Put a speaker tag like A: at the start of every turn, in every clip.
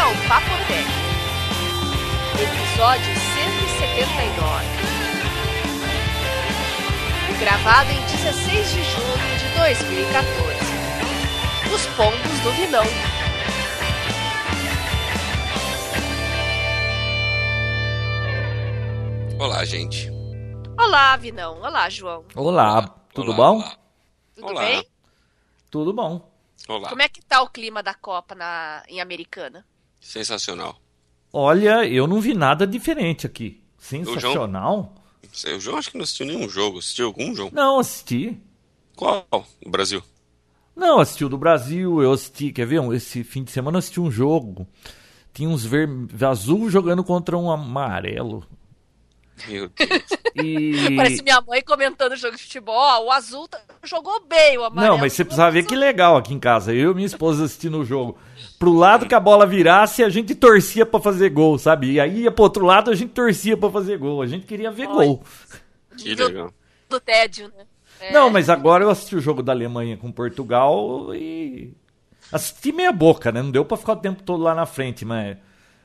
A: ao é Papo Tech, episódio 179. Gravado em 16 de julho de 2014. Os Pombos do Vinão.
B: Olá, gente.
A: Olá, Vinão. Olá, João.
C: Olá, tudo bom?
B: Olá.
A: Tudo
B: Olá.
A: bem?
C: Tudo bom.
B: Olá.
A: Como é que tá o clima da Copa na, em Americana?
B: Sensacional.
C: Olha, eu não vi nada diferente aqui. Sensacional.
B: Não sei, O João acho que não assistiu nenhum jogo. Assistiu algum, João?
C: Não, assisti.
B: Qual? O Brasil.
C: Não, assisti o do Brasil, eu assisti, quer ver? Um- Esse fim de semana eu assisti um jogo. Tinha uns ver... azul jogando contra um amarelo.
B: Meu Deus.
C: E...
A: Parece minha mãe comentando o jogo de futebol. Ó, o azul tá- jogou bem, o amarelo.
C: Não, mas você precisava ver que legal aqui em casa. Eu e minha esposa assistindo o jogo. Pro lado que a bola virasse, a gente torcia pra fazer gol, sabe? E aí ia pro outro lado, a gente torcia pra fazer gol. A gente queria ver
A: Olha.
C: gol.
B: Que legal.
A: Do tédio, né? É.
C: Não, mas agora eu assisti o jogo da Alemanha com Portugal e. Assisti meia boca, né? Não deu pra ficar o tempo todo lá na frente, mas.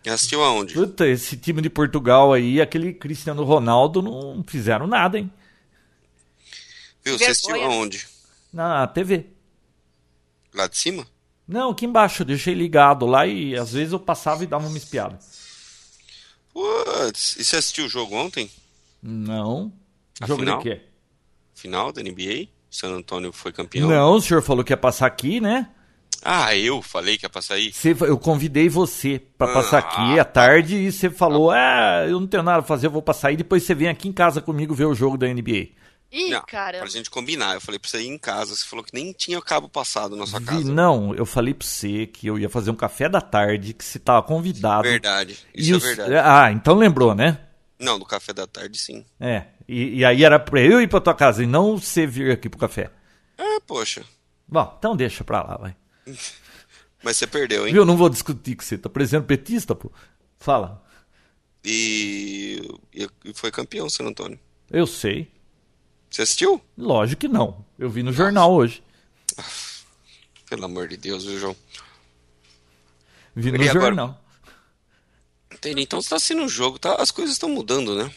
B: Assistiu aonde?
C: Puta, esse time de Portugal aí, aquele Cristiano Ronaldo, não fizeram nada, hein?
B: Viu? Você assistiu
A: vergonha.
B: aonde?
C: Na TV.
B: Lá de cima?
C: Não, aqui embaixo, eu deixei ligado lá e às vezes eu passava e dava uma espiada.
B: Putz. E você assistiu o jogo ontem?
C: Não. Jogo de
B: Afinal?
C: quê?
B: Final da NBA? San Antônio foi campeão?
C: Não, o senhor falou que ia passar aqui, né?
B: Ah, eu falei que ia passar aí?
C: Você- eu convidei você pra
B: Ah.
C: passar aqui à tarde e você falou: Ah, eu não tenho nada a fazer, eu vou passar aí. Depois você vem aqui em casa comigo ver o jogo da NBA.
A: Ih,
B: Não,
A: caramba.
B: pra gente combinar. Eu falei pra você ir em casa. Você falou que nem tinha cabo passado na sua
C: Vi,
B: casa.
C: não, eu falei pra você que eu ia fazer um café da tarde, que você tava convidado.
B: Verdade.
C: E
B: Isso é
C: os-
B: verdade.
C: Ah, então lembrou, né?
B: Não, do café da tarde, sim.
C: É. E, e aí era pra eu ir pra tua casa e não você vir aqui pro café.
B: Ah, poxa.
C: Bom, então deixa pra lá, vai.
B: Mas você perdeu, hein?
C: Viu? Eu não vou discutir com você. Tá parecendo petista, pô. Fala.
B: E... e foi campeão, San Antônio.
C: Eu sei.
B: Você assistiu?
C: Lógico que não. Eu vi no jornal hoje.
B: Pelo amor de Deus, viu, João?
C: Vi no
B: E agora?
C: jornal.
B: Entendi. Então você tá assistindo o jogo, tá? As coisas estão mudando, né?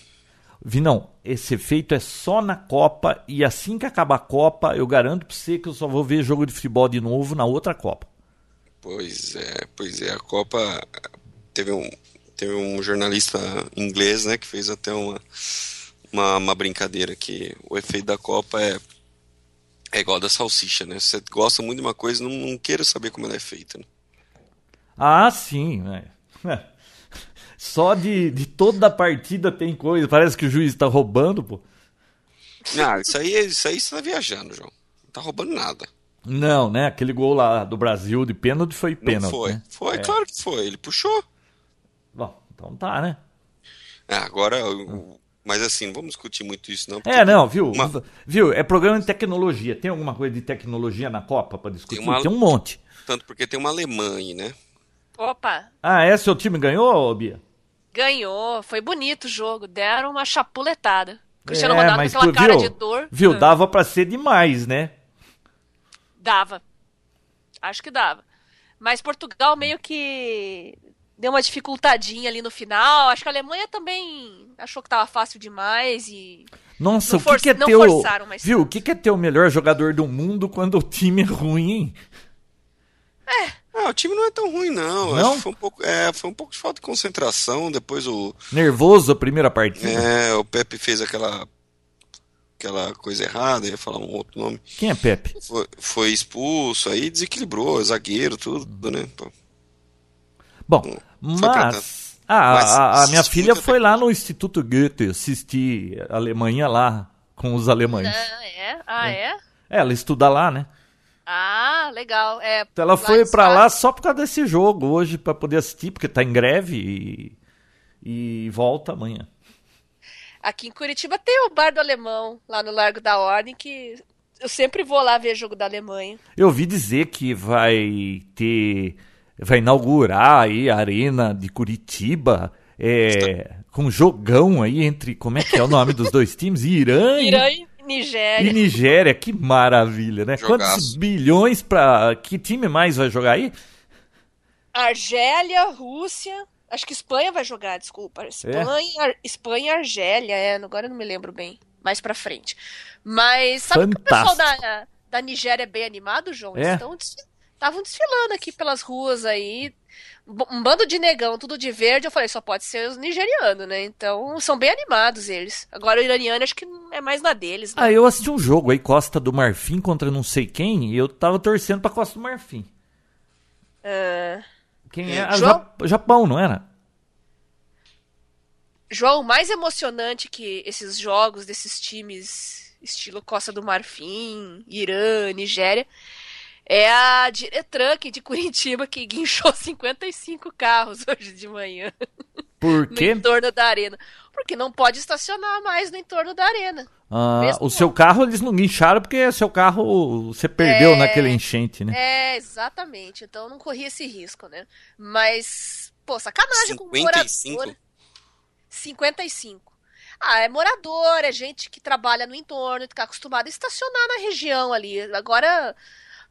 C: Vi, não. Esse efeito é só na Copa. E assim que acabar a Copa, eu garanto pra você que eu só vou ver jogo de futebol de novo na outra Copa.
B: Pois é, pois é. A Copa teve um, teve um jornalista inglês, né, que fez até uma, uma, uma brincadeira que o efeito da Copa é, é igual a da salsicha, né? Você gosta muito de uma coisa, não, não queira saber como ela é feita. Né?
C: Ah, sim. É. Só de, de toda a partida tem coisa. Parece que o juiz tá roubando, pô.
B: Ah, isso aí, isso aí você tá viajando, João. Não tá roubando nada.
C: Não, né? Aquele gol lá do Brasil de pênalti foi
B: Não
C: pênalti.
B: foi.
C: né?
B: Foi,
C: É.
B: claro que foi. Ele puxou.
C: Bom, então tá, né?
B: Ah, agora. o- Mas assim, não vamos discutir muito isso, não. porque
C: É, não, viu?
B: Uma-
C: Viu? É programa de tecnologia. Tem alguma coisa de tecnologia na Copa pra discutir?
B: Tem uma-
C: Tem um monte.
B: Tanto porque tem uma alemã aí, né?
A: Opa,
C: Ah, é? Seu time ganhou, Bia?
A: ganhou. Foi bonito o jogo. Deram uma chapuletada. Cristiano
C: é,
A: Ronaldo
C: mas
A: com aquela
C: tu
A: cara
C: viu?
A: de dor.
C: Viu?
A: Ah,
C: Dava pra ser demais, né?
A: Dava. Acho que dava. Mas Portugal meio que deu uma dificultadinha ali no final. Acho que a Alemanha também achou que tava fácil demais e
C: Nossa,
A: Não
C: o que,
A: for-
C: que é
A: não
C: ter o...
A: forçaram, mas- tá.
C: Viu, o que, que é ter o melhor jogador do mundo quando o time é ruim, hein?
B: Ah, o time não é tão ruim, não.
C: Não?
B: Acho que foi um pouco, é, foi um pouco de falta de concentração. Depois o,
C: Nervoso a primeira partida.
B: é, o Pepe fez aquela, aquela coisa errada, ia falar um outro nome.
C: Quem é Pepe?
B: Foi, foi expulso, aí desequilibrou, zagueiro, tudo, né? Pô,
C: Bom,
B: pra
C: mas... Ah,
B: Mas
C: a, a minha
B: existe
C: filha
B: muita
C: foi lá no Instituto Goethe assistir a Alemanha lá com os alemães.
A: Ah, é? Ah, é?
C: Ela estuda lá, né?
A: Ah, legal. É,
C: Então ela
A: lá
C: foi
A: em
C: pra
A: Spa-
C: lá só por causa desse jogo hoje, pra poder assistir, porque tá em greve e, e volta amanhã.
A: Aqui em Curitiba tem o Bar do Alemão, lá no Largo da Ordem, que eu sempre vou lá ver jogo da Alemanha.
C: Eu ouvi dizer que vai ter. Vai inaugurar aí a Arena de Curitiba. É, com jogão aí entre. Como é que é o nome dos dois times? Irã, e-
A: Irã e
C: e
A: Nigéria.
C: Nigéria. Que maravilha, né?
B: Jogaço.
C: Quantos bilhões pra. Que time mais vai jogar aí?
A: Argélia, Rússia. Acho que Espanha vai jogar, desculpa.
C: É.
A: Espanha, Ar- Espanha e Argélia, é, agora eu não me lembro bem. Mais pra frente. Mas sabe que o pessoal
C: Fantástico.
A: da, da Nigéria é bem animado, João? Eles
C: É.
A: estão estavam desfilando aqui pelas ruas aí. b- Um bando de negão, tudo de verde. Eu falei, só pode ser os nigerianos, né? Então, são bem animados eles. Agora, o iraniano, acho que é mais na deles, né?
C: Ah, eu assisti um jogo aí, Costa do Marfim contra não sei quem, e eu tava torcendo pra Costa do Marfim. Quem é? Ah,
A: João?
C: Jap- Japão, não era?
A: João, o mais emocionante que esses jogos desses times estilo Costa do Marfim, Irã, Nigéria, é a Diretran aqui de Curitiba que guinchou 55 carros hoje de manhã
C: Por
A: no
C: quê?
A: entorno da arena. Porque não pode estacionar mais no entorno da arena.
C: Ah,
A: mesmo-
C: o seu carro eles não guincharam porque seu carro você perdeu naquele enchente, né?
A: É, exatamente. Então não corria esse risco, né? Mas, pô, sacanagem com o
B: 55?
A: morador. 55. Ah, é morador, é gente que trabalha no entorno, que tá acostumado a estacionar na região ali. Agora,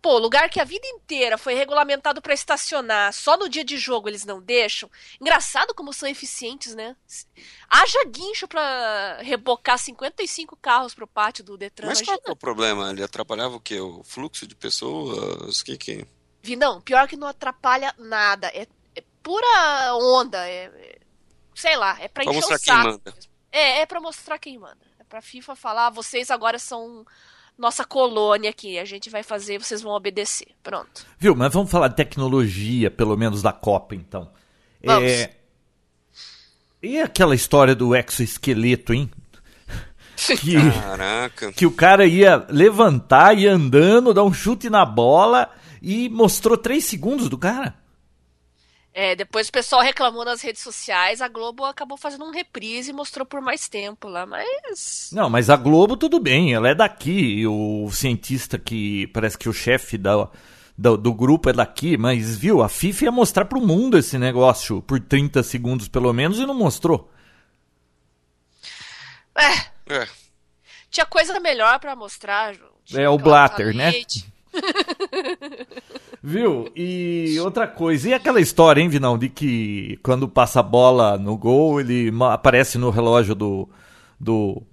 A: pô, lugar que a vida inteira foi regulamentado pra estacionar, só no dia de jogo eles não deixam. Engraçado como são eficientes, né? Haja guincho pra rebocar 55 carros pro pátio do Detran.
B: Mas
A: imagina.
B: qual que é o problema? Ele atrapalhava o quê? O fluxo de pessoas? O que que...
A: Vi, não, pior que não atrapalha nada. É, é pura onda. É, é- sei lá, é pra,
B: Pra
A: encher
B: mostrar
A: o
B: quem
A: saco.
B: manda.
A: mesmo. É, é pra mostrar quem manda. É pra FIFA falar, vocês agora são nossa colônia aqui. A gente vai fazer, vocês vão obedecer. Pronto.
C: Viu? Mas vamos falar de tecnologia, pelo menos da Copa, então.
A: Vamos.
C: E aquela história do exoesqueleto, hein? Que,
B: Caraca.
C: que o cara ia levantar e andando, dar um chute na bola e mostrou três segundos do cara.
A: É, depois o pessoal reclamou nas redes sociais, a Globo acabou fazendo um reprise e mostrou por mais tempo lá, mas.
C: Não, mas a Globo tudo bem, ela é daqui. e O cientista que parece que o chefe da, da- do grupo é daqui, mas viu, a FIFA ia mostrar pro mundo esse negócio por 30 segundos pelo menos e não mostrou.
A: É,
B: É,
A: tinha coisa melhor pra mostrar, João. Tinha
C: É, o
A: aquela
C: Blatter, né?
A: Leite.
C: Viu? E outra coisa, e aquela história, hein, Vinão, de que quando passa a bola no gol, ele ma- aparece no relógio do, do,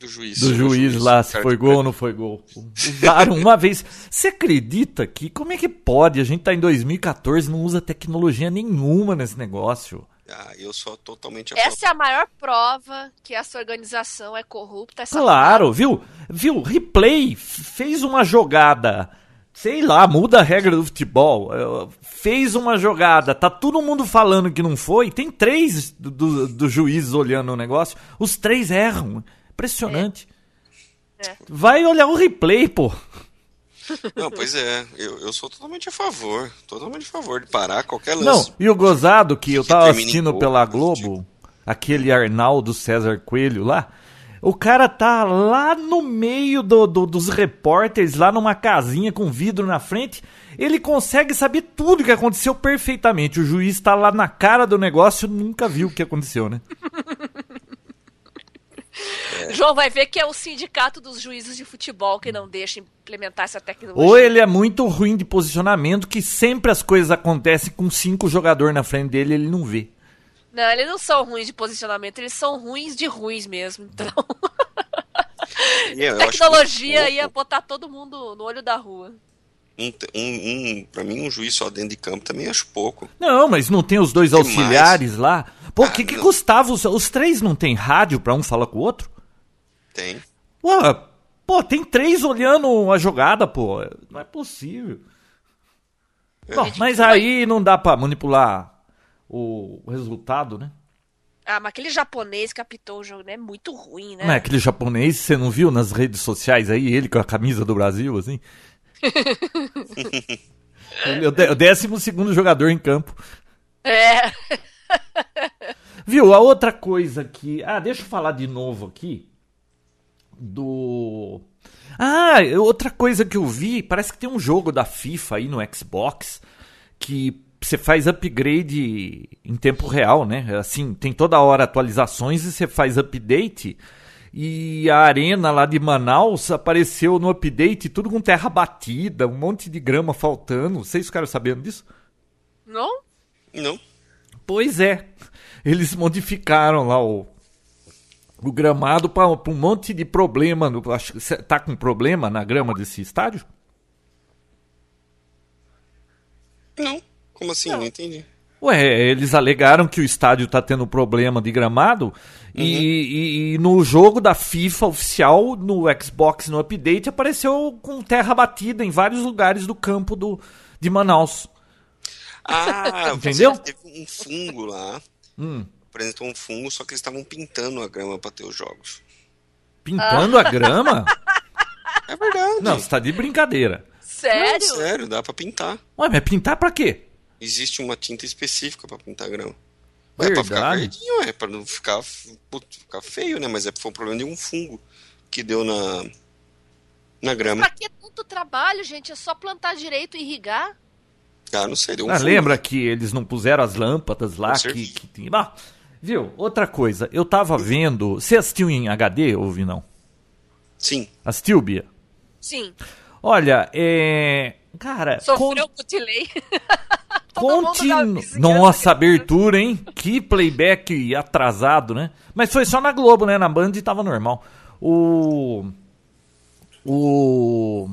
B: do juiz.
C: do juiz lá se foi gol ou não foi gol. Usaram uma vez. Você acredita que como é que pode? A gente tá em 2014 não usa tecnologia nenhuma nesse negócio.
B: Ah, eu sou totalmente a favor.
A: Essa é a maior prova que essa organização é corrupta. Essa
C: Claro, viu? Viu? Replay f- fez uma jogada. Sei lá, muda a regra do futebol. eh, Fez uma jogada, tá todo mundo falando que não foi. Tem três do- do- dos juízes olhando o negócio. Os três erram. Impressionante.
A: É. É.
C: Vai olhar o replay, pô.
B: Não, pois é. Eu, eu sou totalmente a favor. Totalmente a favor de parar qualquer
C: Não,
B: lance.
C: e o gozado que eu
B: Que
C: tava
B: termina em
C: assistindo
B: gol,
C: pela
B: né?
C: Globo, aquele Arnaldo César Coelho lá, o cara tá lá no meio do, do- dos repórteres, lá numa casinha com vidro na frente, ele consegue saber tudo o que aconteceu perfeitamente. O juiz tá lá na cara do negócio, nunca viu o que aconteceu, né?
A: João vai ver que é o sindicato dos juízes de futebol que não deixa implementar essa tecnologia.
C: Ou ele é muito ruim de posicionamento, que sempre as coisas acontecem com cinco jogadores na frente dele, ele não vê.
A: Não, eles não são ruins de posicionamento, eles são ruins de ruins mesmo. Então,
B: E eu acho
A: tecnologia é
B: muito
A: ia
B: pouco.
A: botar todo mundo no olho da rua.
B: Um, te- um, um- pra mim, um juiz só dentro de campo também acho pouco.
C: Não, mas não tem os dois
B: Tem mais?
C: auxiliares lá? Pô, o
B: Ah,
C: que, que
B: não.
C: custava? Os, os três não tem rádio pra um falar com o outro?
B: Tem.
C: Ué, pô, tem três olhando a jogada, pô. Não é possível.
B: É,
C: Bom,
B: tipo
C: mas aí não dá pra manipular o resultado, né?
A: Ah, mas aquele japonês que apitou o jogo né, é muito ruim, né?
C: Não é aquele japonês, você não viu nas redes sociais aí, ele com a camisa do Brasil, assim? Ele é o dé- o décimo segundo jogador em campo.
A: É.
C: Viu, a outra coisa que. Ah, deixa eu falar de novo aqui. Do. Ah, outra coisa que eu vi, parece que tem um jogo da FIFA aí no Xbox que você faz upgrade em tempo real, né? Assim, tem toda hora atualizações e você faz update. E a arena lá de Manaus apareceu no update tudo com terra batida, um monte de grama faltando. Vocês ficaram sabendo disso?
A: Não?
B: Não.
C: Pois é. Eles modificaram lá o, o gramado para um monte de problema. no- acho que cê tá com problema na grama desse estádio?
B: Não. Como assim? Não, entendi.
C: Ué, eles alegaram que o estádio tá tendo problema de gramado e, e- e no jogo da FIFA oficial, no Xbox, no update, apareceu com terra batida em vários lugares do campo do, de Manaus.
B: Ah,
C: Entendeu?
B: Teve um fungo lá.
C: Hum,
B: Apresentou um fungo, só que eles estavam pintando a grama pra ter os jogos.
C: pintando a grama?
B: É verdade.
C: Não, você tá de brincadeira.
A: Sério?
B: Sério, dá pra pintar.
C: Ué, mas pintar pra quê?
B: Existe uma tinta específica pra pintar grama. Não É pra ficar
C: Verdade.
B: verdinho, é pra não ficar, f- puto, ficar feio, né? Mas é foi um problema de um fungo que deu na na grama.
A: Pra que tanto trabalho, gente? É só plantar direito e irrigar?
B: Ah, não sei, deu um
C: Ah,
B: fungo.
C: lembra que eles não puseram as lâmpadas lá
B: Com
C: que,
B: certeza.
C: que tem. Ah, viu? Outra coisa, eu tava vendo. Você assistiu em HD, ouvi não?
B: Sim.
C: Assistiu, Bia?
A: Sim.
C: Olha, é. Cara,
A: Sofreu com o delay. Todo mundo da
C: continu...
A: vizinhança
C: Nossa,
A: gritando.
C: abertura, hein? Que playback atrasado, né? Mas foi só na Globo, né? Na Band tava normal. O. O.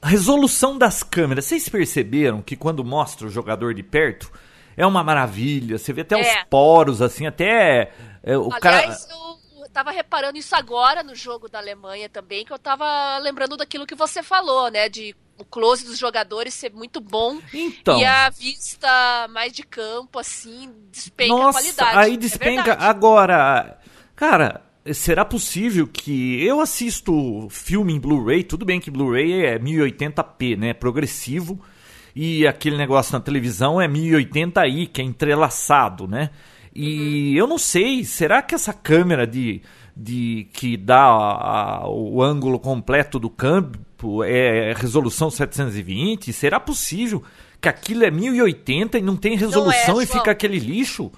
C: A Resolução das câmeras. Vocês perceberam que quando mostra o jogador de perto é uma maravilha? Você vê até
A: É.
C: os poros, assim, até. é, o cara.
A: Aliás, eu tava reparando isso agora no jogo da Alemanha também, que eu tava lembrando daquilo que você falou, né? De o close dos jogadores ser muito bom
C: Então.
A: e a vista mais de campo, assim, despenca a
C: Nossa,
A: qualidade.
C: aí
A: É
C: despenca.
A: verdade.
C: Agora, cara, será possível que eu assisto filme em Blu-ray? Tudo bem que Blu-ray é 1080p, né? Progressivo. E aquele negócio na televisão é 1080i, que é entrelaçado, né? E eu não sei, será que essa câmera de, de que dá a- a- o ângulo completo do campo é resolução 720? Será possível que aquilo é 1080 e não tem resolução
A: João.
C: e fica aquele lixo?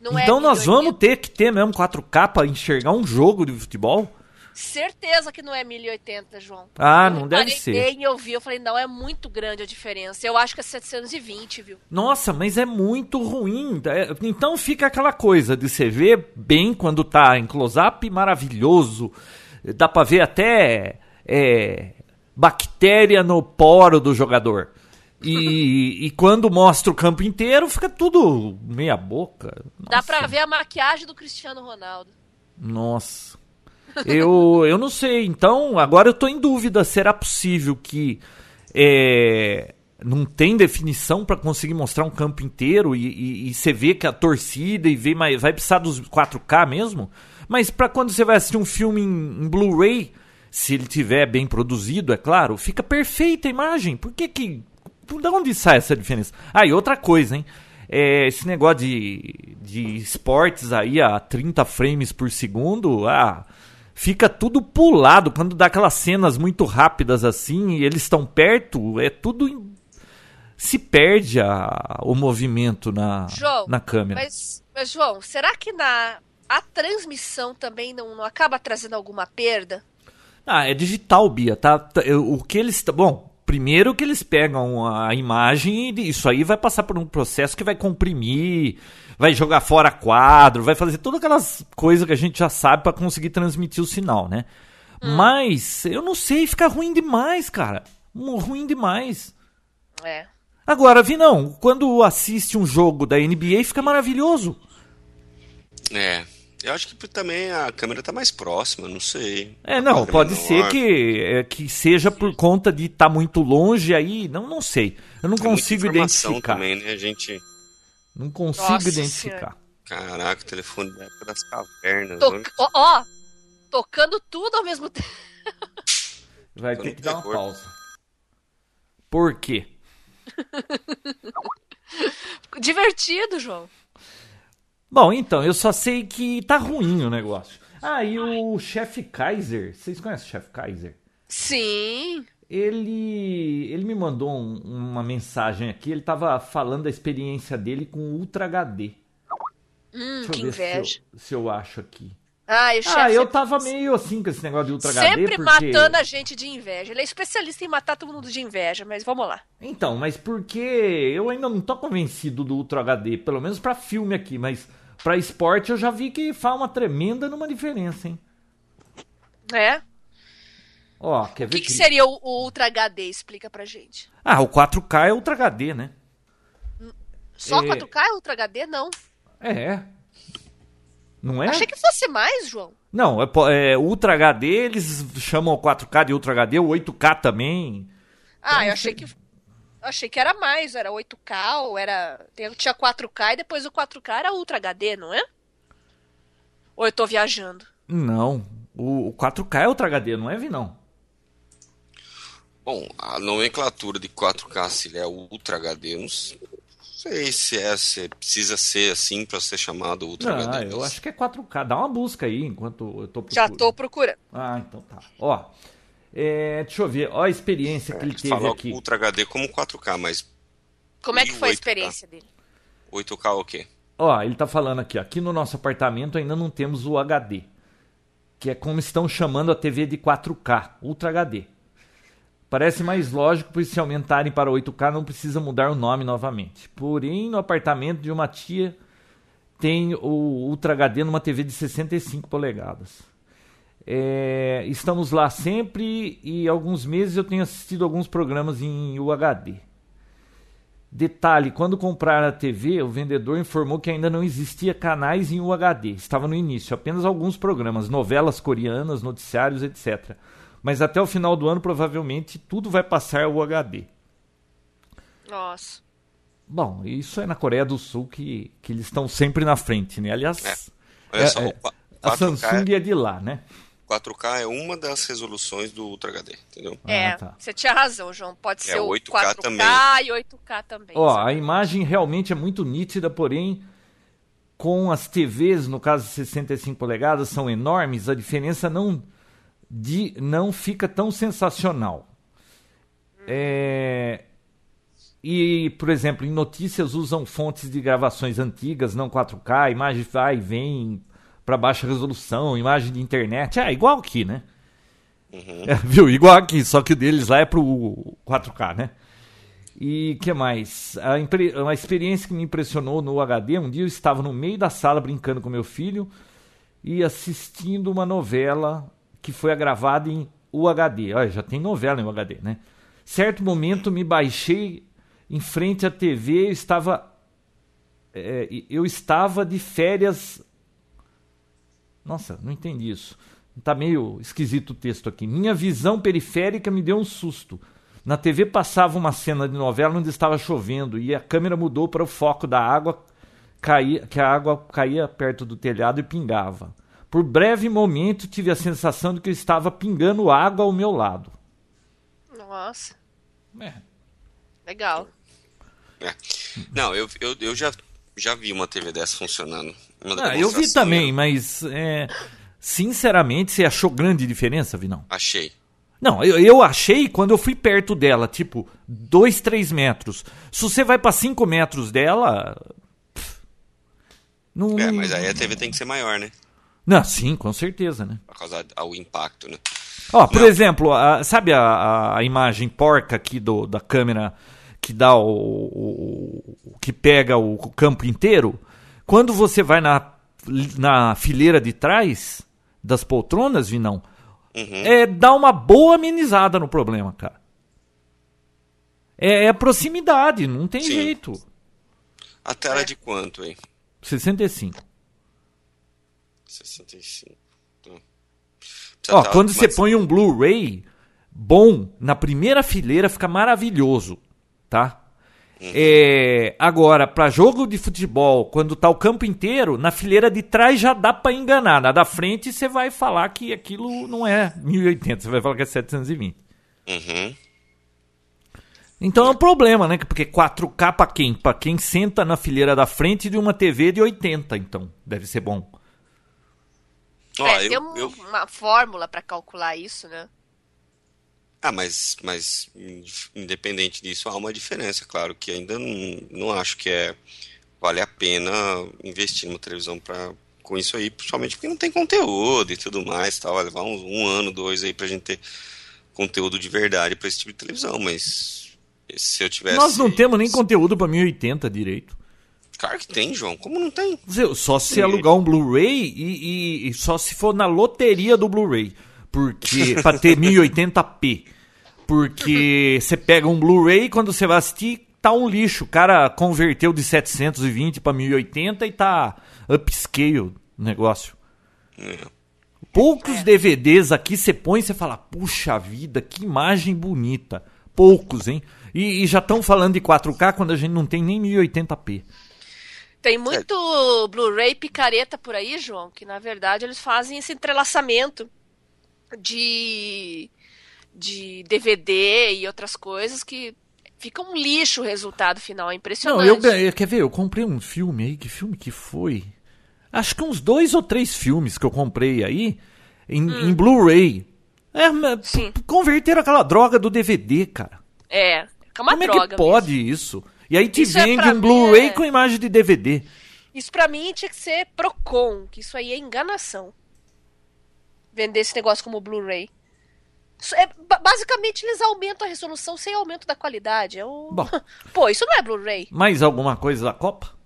A: Não é
C: então nós
A: 1080p.
C: vamos ter que ter mesmo 4K pra enxergar um jogo de futebol?
A: Certeza que não é 1080, João.
C: Ah,
A: Eu
C: não deve
A: reparei
C: ser.
A: Bem, eu vi, eu falei, não, é muito grande a diferença. Eu acho que é 720, viu?
C: Nossa, mas é muito ruim. É, Então fica aquela coisa de você ver bem quando tá em close-up, maravilhoso. Dá pra ver até é, bactéria no poro do jogador. E, e quando mostra o campo inteiro, fica tudo meia boca.
A: Dá pra ver a maquiagem do Cristiano Ronaldo.
C: Nossa. Eu, eu não sei. Então, agora eu tô em dúvida. Será possível que é, não tem definição pra conseguir mostrar um campo inteiro e- e e você vê que a torcida e vê mais, vai precisar dos 4K mesmo? Mas pra quando você vai assistir um filme em, em Blu-ray, se ele tiver bem produzido, é claro, fica perfeita a imagem. Por que que... De onde sai essa diferença? Ah, e outra coisa, hein? É, esse negócio de, de esportes aí a 30 frames por segundo, ah, fica tudo pulado. Quando dá aquelas cenas muito rápidas assim e eles estão perto, é tudo. em- Se perde a- o movimento na,
A: João,
C: na câmera.
A: Mas, mas, João, será que na a transmissão também não, não acaba trazendo alguma perda?
C: Ah, é digital, Bia, tá? Tá, eu- O que eles. tá- Bom, primeiro que eles pegam a imagem e isso aí vai passar por um processo que vai comprimir, vai jogar fora quadro, vai fazer todas aquelas coisas que a gente já sabe pra conseguir transmitir o sinal, né?
A: Hum.
C: Mas, eu não sei, fica ruim demais, cara. Mu- Ruim demais.
A: É.
C: Agora, vi não, quando assiste um jogo da NBA fica maravilhoso.
B: É. Eu acho que também a câmera tá mais próxima, não sei.
C: É, não,
B: Tá
C: pode
B: menor.
C: ser que, é, que seja por conta de estar muito longe aí, não, não sei. Eu não
B: Tem muita
C: consigo
B: informação
C: identificar.
B: também, né? A gente.
C: Não consigo
A: Nossa
C: identificar.
B: Caraca, o telefone da época das cavernas.
A: Toc-
B: né?
A: Ó, ó, tocando tudo ao mesmo tempo.
C: Vai
B: Tô
C: ter
B: no
C: que dar uma
B: terror.
C: pausa. Por quê?
A: Divertido, João.
C: Bom, então, eu só sei que tá ruim o negócio. Ah, e o chefe Kaiser, vocês conhecem o chefe Kaiser?
A: Sim.
C: Ele, ele me mandou um- uma mensagem aqui, ele tava falando da experiência dele com Ultra HD.
A: Hum,
C: Deixa eu
A: que
C: ver se eu-
A: inveja.
C: se eu acho aqui.
A: Ah, e o
C: Ah,
A: chefe
C: eu
A: sempre-
C: tava meio assim com esse negócio de Ultra HD.
A: Sempre
C: porque...
A: matando a gente de inveja. Ele é especialista em matar todo mundo de inveja, mas vamos lá.
C: Então, mas porque eu ainda não tô convencido do Ultra HD, pelo menos pra filme aqui, mas pra esporte eu já vi que faz uma tremenda numa diferença, hein?
A: É?
C: Ó, quer
A: O
C: ver
A: que, que seria o, o Ultra HD? Explica pra gente.
C: Ah, o 4K é Ultra HD, né?
A: Só
C: É.
A: 4K é Ultra HD? Não.
C: É. Não é?
A: Achei que fosse mais, João.
C: Não, é, po- é Ultra HD, eles chamam o 4K de Ultra HD, o 8K também. Então,
A: Ah, eu achei que. Achei que era mais, era 8K, ou era. tem- Tinha 4K e depois o 4K era Ultra HD, não é? Ou eu tô viajando?
C: Não, o, o 4K é Ultra HD, não é, Vinão?
B: Bom, a nomenclatura de 4K, se ele é Ultra HD, eu não s- sei se, é, se precisa ser assim para ser chamado Ultra
C: Não,
B: HD.
C: eu acho que é 4K. Dá uma busca aí enquanto eu tô
A: Já
C: procurando.
A: tô procurando.
C: Ah, então tá. Ó, é, deixa eu ver. Ó a experiência
A: É,
C: que ele
B: Eles
C: teve
B: falam
C: aqui.
B: Ultra HD como 4K, mas
A: Como é que foi a
B: 1008K.
A: experiência dele?
B: 8K é o quê?
C: Ó, ele tá falando aqui, ó, aqui no nosso apartamento ainda não temos o HD, que é como estão chamando a TV de 4K, Ultra HD. Parece mais lógico, pois se aumentarem para 8K não precisa mudar o nome novamente. Porém, no apartamento de uma tia tem o Ultra HD numa TV de 65 polegadas. É, estamos lá sempre e há alguns meses eu tenho assistido alguns programas em UHD. Detalhe, quando comprar a TV, o vendedor informou que ainda não existia canais em UHD. Estava no início, apenas alguns programas, novelas coreanas, noticiários, etc. Mas até o final do ano, provavelmente, tudo vai passar ao UHD.
A: Nossa.
C: Bom, isso é na Coreia do Sul que, que eles estão sempre na frente, né? Aliás,
B: Olha
C: é-
B: só,
C: é,
B: o qua-
C: a
B: 4K,
C: Samsung é de lá, né?
B: 4K é uma das resoluções do Ultra HD, entendeu?
A: é,
C: tá.
A: você tinha razão, João. Pode
B: É,
A: ser o
B: 8K
A: 4K
B: também.
A: e 8K também.
C: Ó, a imagem realmente é muito nítida, porém, com as TVs, no caso 65 polegadas, são enormes, a diferença não, de, não fica tão sensacional. É, E, por exemplo, em notícias usam fontes de gravações antigas, não 4K, imagem vai e vem para baixa resolução, imagem de internet. É igual aqui, né? É, viu? Igual aqui, só que o deles lá é pro 4K, né? E que mais? A, impre- uma experiência que me impressionou no HD, um dia eu estava no meio da sala brincando com meu filho e assistindo uma novela que foi gravada em UHD. Olha, já tem novela em UHD, né? Certo momento me baixei em frente à TV, eu estava é, e- eu estava de férias. Nossa, não entendi isso. Tá meio esquisito o texto aqui. Minha visão periférica me deu um susto. Na TV passava uma cena de novela onde estava chovendo e a câmera mudou para o foco da água cair, que a água caía perto do telhado e pingava. Por breve momento tive a sensação de que eu estava pingando água ao meu lado.
A: Nossa,
C: É,
A: legal.
B: É. Não, eu, eu, eu já, já vi uma TV dessa funcionando. Uma
C: Ah, eu vi
B: demonstração,
C: também, mas é, sinceramente, você achou grande diferença, Vinão?
B: Achei.
C: Não, eu, eu achei quando eu fui perto dela, tipo, 2, 3 metros. Se você vai pra 5 metros dela. pff, não,
B: É, mas aí a TV tem que ser maior, né?
C: Não, sim, com certeza, né?
B: Por causa do impacto, né?
C: Ó, por
B: Não.
C: exemplo, a- sabe a- a, a imagem porca aqui do, da câmera que dá o, o- o- que pega o, o campo inteiro? Quando você vai na, na fileira de trás das poltronas, Vinão,
B: Uhum.
C: é, dá uma boa amenizada no problema, cara. É, é proximidade, não tem
B: Sim.
C: jeito.
B: A tela
A: É.
B: de quanto, hein?
C: 65.
B: 65. Então, precisa
C: Ó,
B: tá
C: quando
B: mais-
C: você põe um Blu-ray bom na primeira fileira, fica maravilhoso, tá?
B: Uhum.
C: É, agora, pra jogo de futebol, quando tá o campo inteiro, na fileira de trás já dá pra enganar. Na da frente você vai falar que aquilo não é 1080, você vai falar que é 720.
B: Uhum.
C: Então é um problema, né? Porque 4K pra quem? Pra quem senta na fileira da frente de uma TV de 80, então. Deve ser bom.
B: Ó,
A: é, tem
B: eu,
A: um-
B: eu-
A: uma fórmula pra calcular isso, né?
B: Ah, mas, mas in- independente disso, há uma diferença, claro, que ainda não, não acho que é vale a pena investir numa televisão para com isso aí, principalmente porque não tem conteúdo e tudo mais, tal. Vai levar uns um ano, dois aí pra gente ter conteúdo de verdade pra esse tipo de televisão, mas se eu tivesse.
C: Nós não temos nem conteúdo pra 1080 direito.
B: Claro que tem, João. Como não tem?
C: Zé, Só se alugar um Blu-ray e, e- e só se for na loteria do Blu-ray. Porque. pra ter 1080p. Porque você pega um Blu-ray quando você vai assistir, tá um lixo. O cara converteu de 720 pra 1080 e tá upscale o negócio.
B: É.
C: Poucos DVDs aqui você põe e você fala, puxa vida, que imagem bonita. Poucos, hein? E, e já estão falando de 4K quando a gente não tem nem 1080p.
A: Tem muito Blu-ray picareta por aí, João, que na verdade eles fazem esse entrelaçamento de, de DVD e outras coisas que fica um lixo o resultado final. É
C: Não,
A: impressionante.
C: eu, ganhei- quer ver, eu comprei um filme aí, que filme que foi? Acho que uns dois ou três filmes que eu comprei aí em, em Blu-ray. É, mas
A: Hum. Sim.
C: p- converteram aquela droga do DVD, cara.
A: É, é uma
C: Como
A: droga.
C: é que pode isso? E aí te
A: Isso é
C: vende
A: pra
C: um
A: mim,
C: Blu-ray
A: é.
C: com imagem de DVD.
A: Isso pra mim tinha que ser Procon, que isso aí é enganação. Vender esse negócio como Blu-ray. Isso é- ba- basicamente, eles aumentam a resolução sem aumento da qualidade. É um...
C: Bom.
A: Pô, isso não é Blu-ray.
C: Mais alguma coisa da Copa?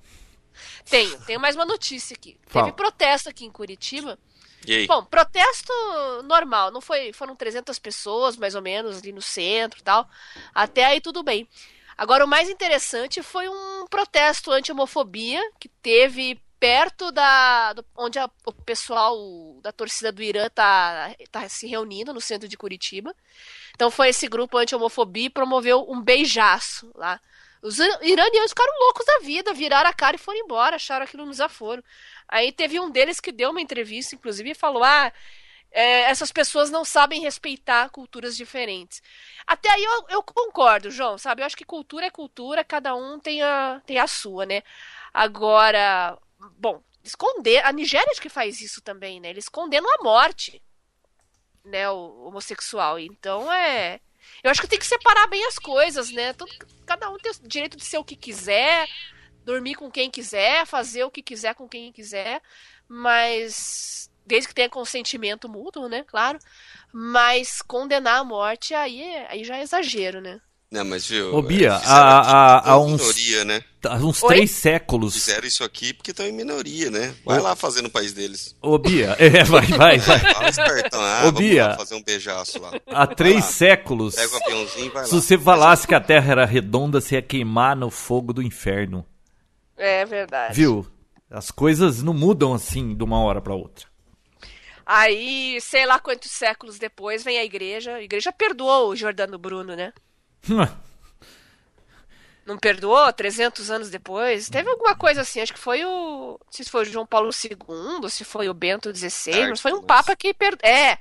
A: Tenho, tenho mais uma notícia aqui.
C: Fala.
A: Teve protesto aqui em Curitiba.
B: E aí?
A: Bom, protesto normal, não foi, foram 300 pessoas, mais ou menos, ali no centro e tal. Até aí tudo bem. Agora, o mais interessante foi um protesto anti-homofobia que teve perto da do- onde a- o pessoal da torcida do Irã tá, tá se reunindo no centro de Curitiba. Então foi esse grupo anti-homofobia e promoveu um beijaço lá. Os ir- iranianos ficaram loucos da vida, viraram a cara e foram embora, acharam aquilo um desaforo. Aí teve um deles que deu uma entrevista, inclusive, e falou: Ah, é, essas pessoas não sabem respeitar culturas diferentes. Até aí eu, eu concordo, João, sabe? Eu acho que cultura é cultura, cada um tem a, tem a sua, né? Agora, bom, esconder. A Nigéria acho que faz isso também, né? Eles condenam a morte, né? O homossexual. Então é. Eu acho que tem que separar bem as coisas, né? Todo- cada um tem o direito de ser o que quiser, dormir com quem quiser, fazer o que quiser com quem quiser, mas desde que tenha consentimento mútuo, né? Claro. Mas condenar a morte aí, é- aí já é exagero, né?
B: Não, mas viu.
C: Ô, Bia,
B: é, fizeram
C: há-
B: aqui
C: há-
B: porque
C: há
B: estão em
C: uns-
B: Minoria, né?
C: Há Tá, uns
A: Oi?
C: três séculos.
B: Fizeram isso aqui porque estão em minoria, né? Vai
C: Ô.
B: lá fazer no país deles.
C: Ô, Bia, é, vai, vai, vai.
B: Fala espertão. Ah,
C: Ô,
B: vamos
C: Bia.
B: lá fazer um beijaço lá.
C: Há
B: Vai
C: três
B: lá.
C: séculos.
B: Pega o aviãozinho e vai lá.
C: Se você falasse que a Terra era redonda, você ia queimar no fogo do inferno.
A: É verdade.
C: Viu? As coisas não mudam assim de uma hora pra outra.
A: Aí, sei lá quantos séculos depois, vem a igreja. A igreja perdoou o Jordano Bruno, né?
C: Hum,
A: Não perdoou? 300 anos depois? Teve alguma coisa assim, acho que foi o. Não sei se foi o João Paulo II, se foi o Bento XVI, mas foi um
B: Artes.
A: Papa que perdoou. É.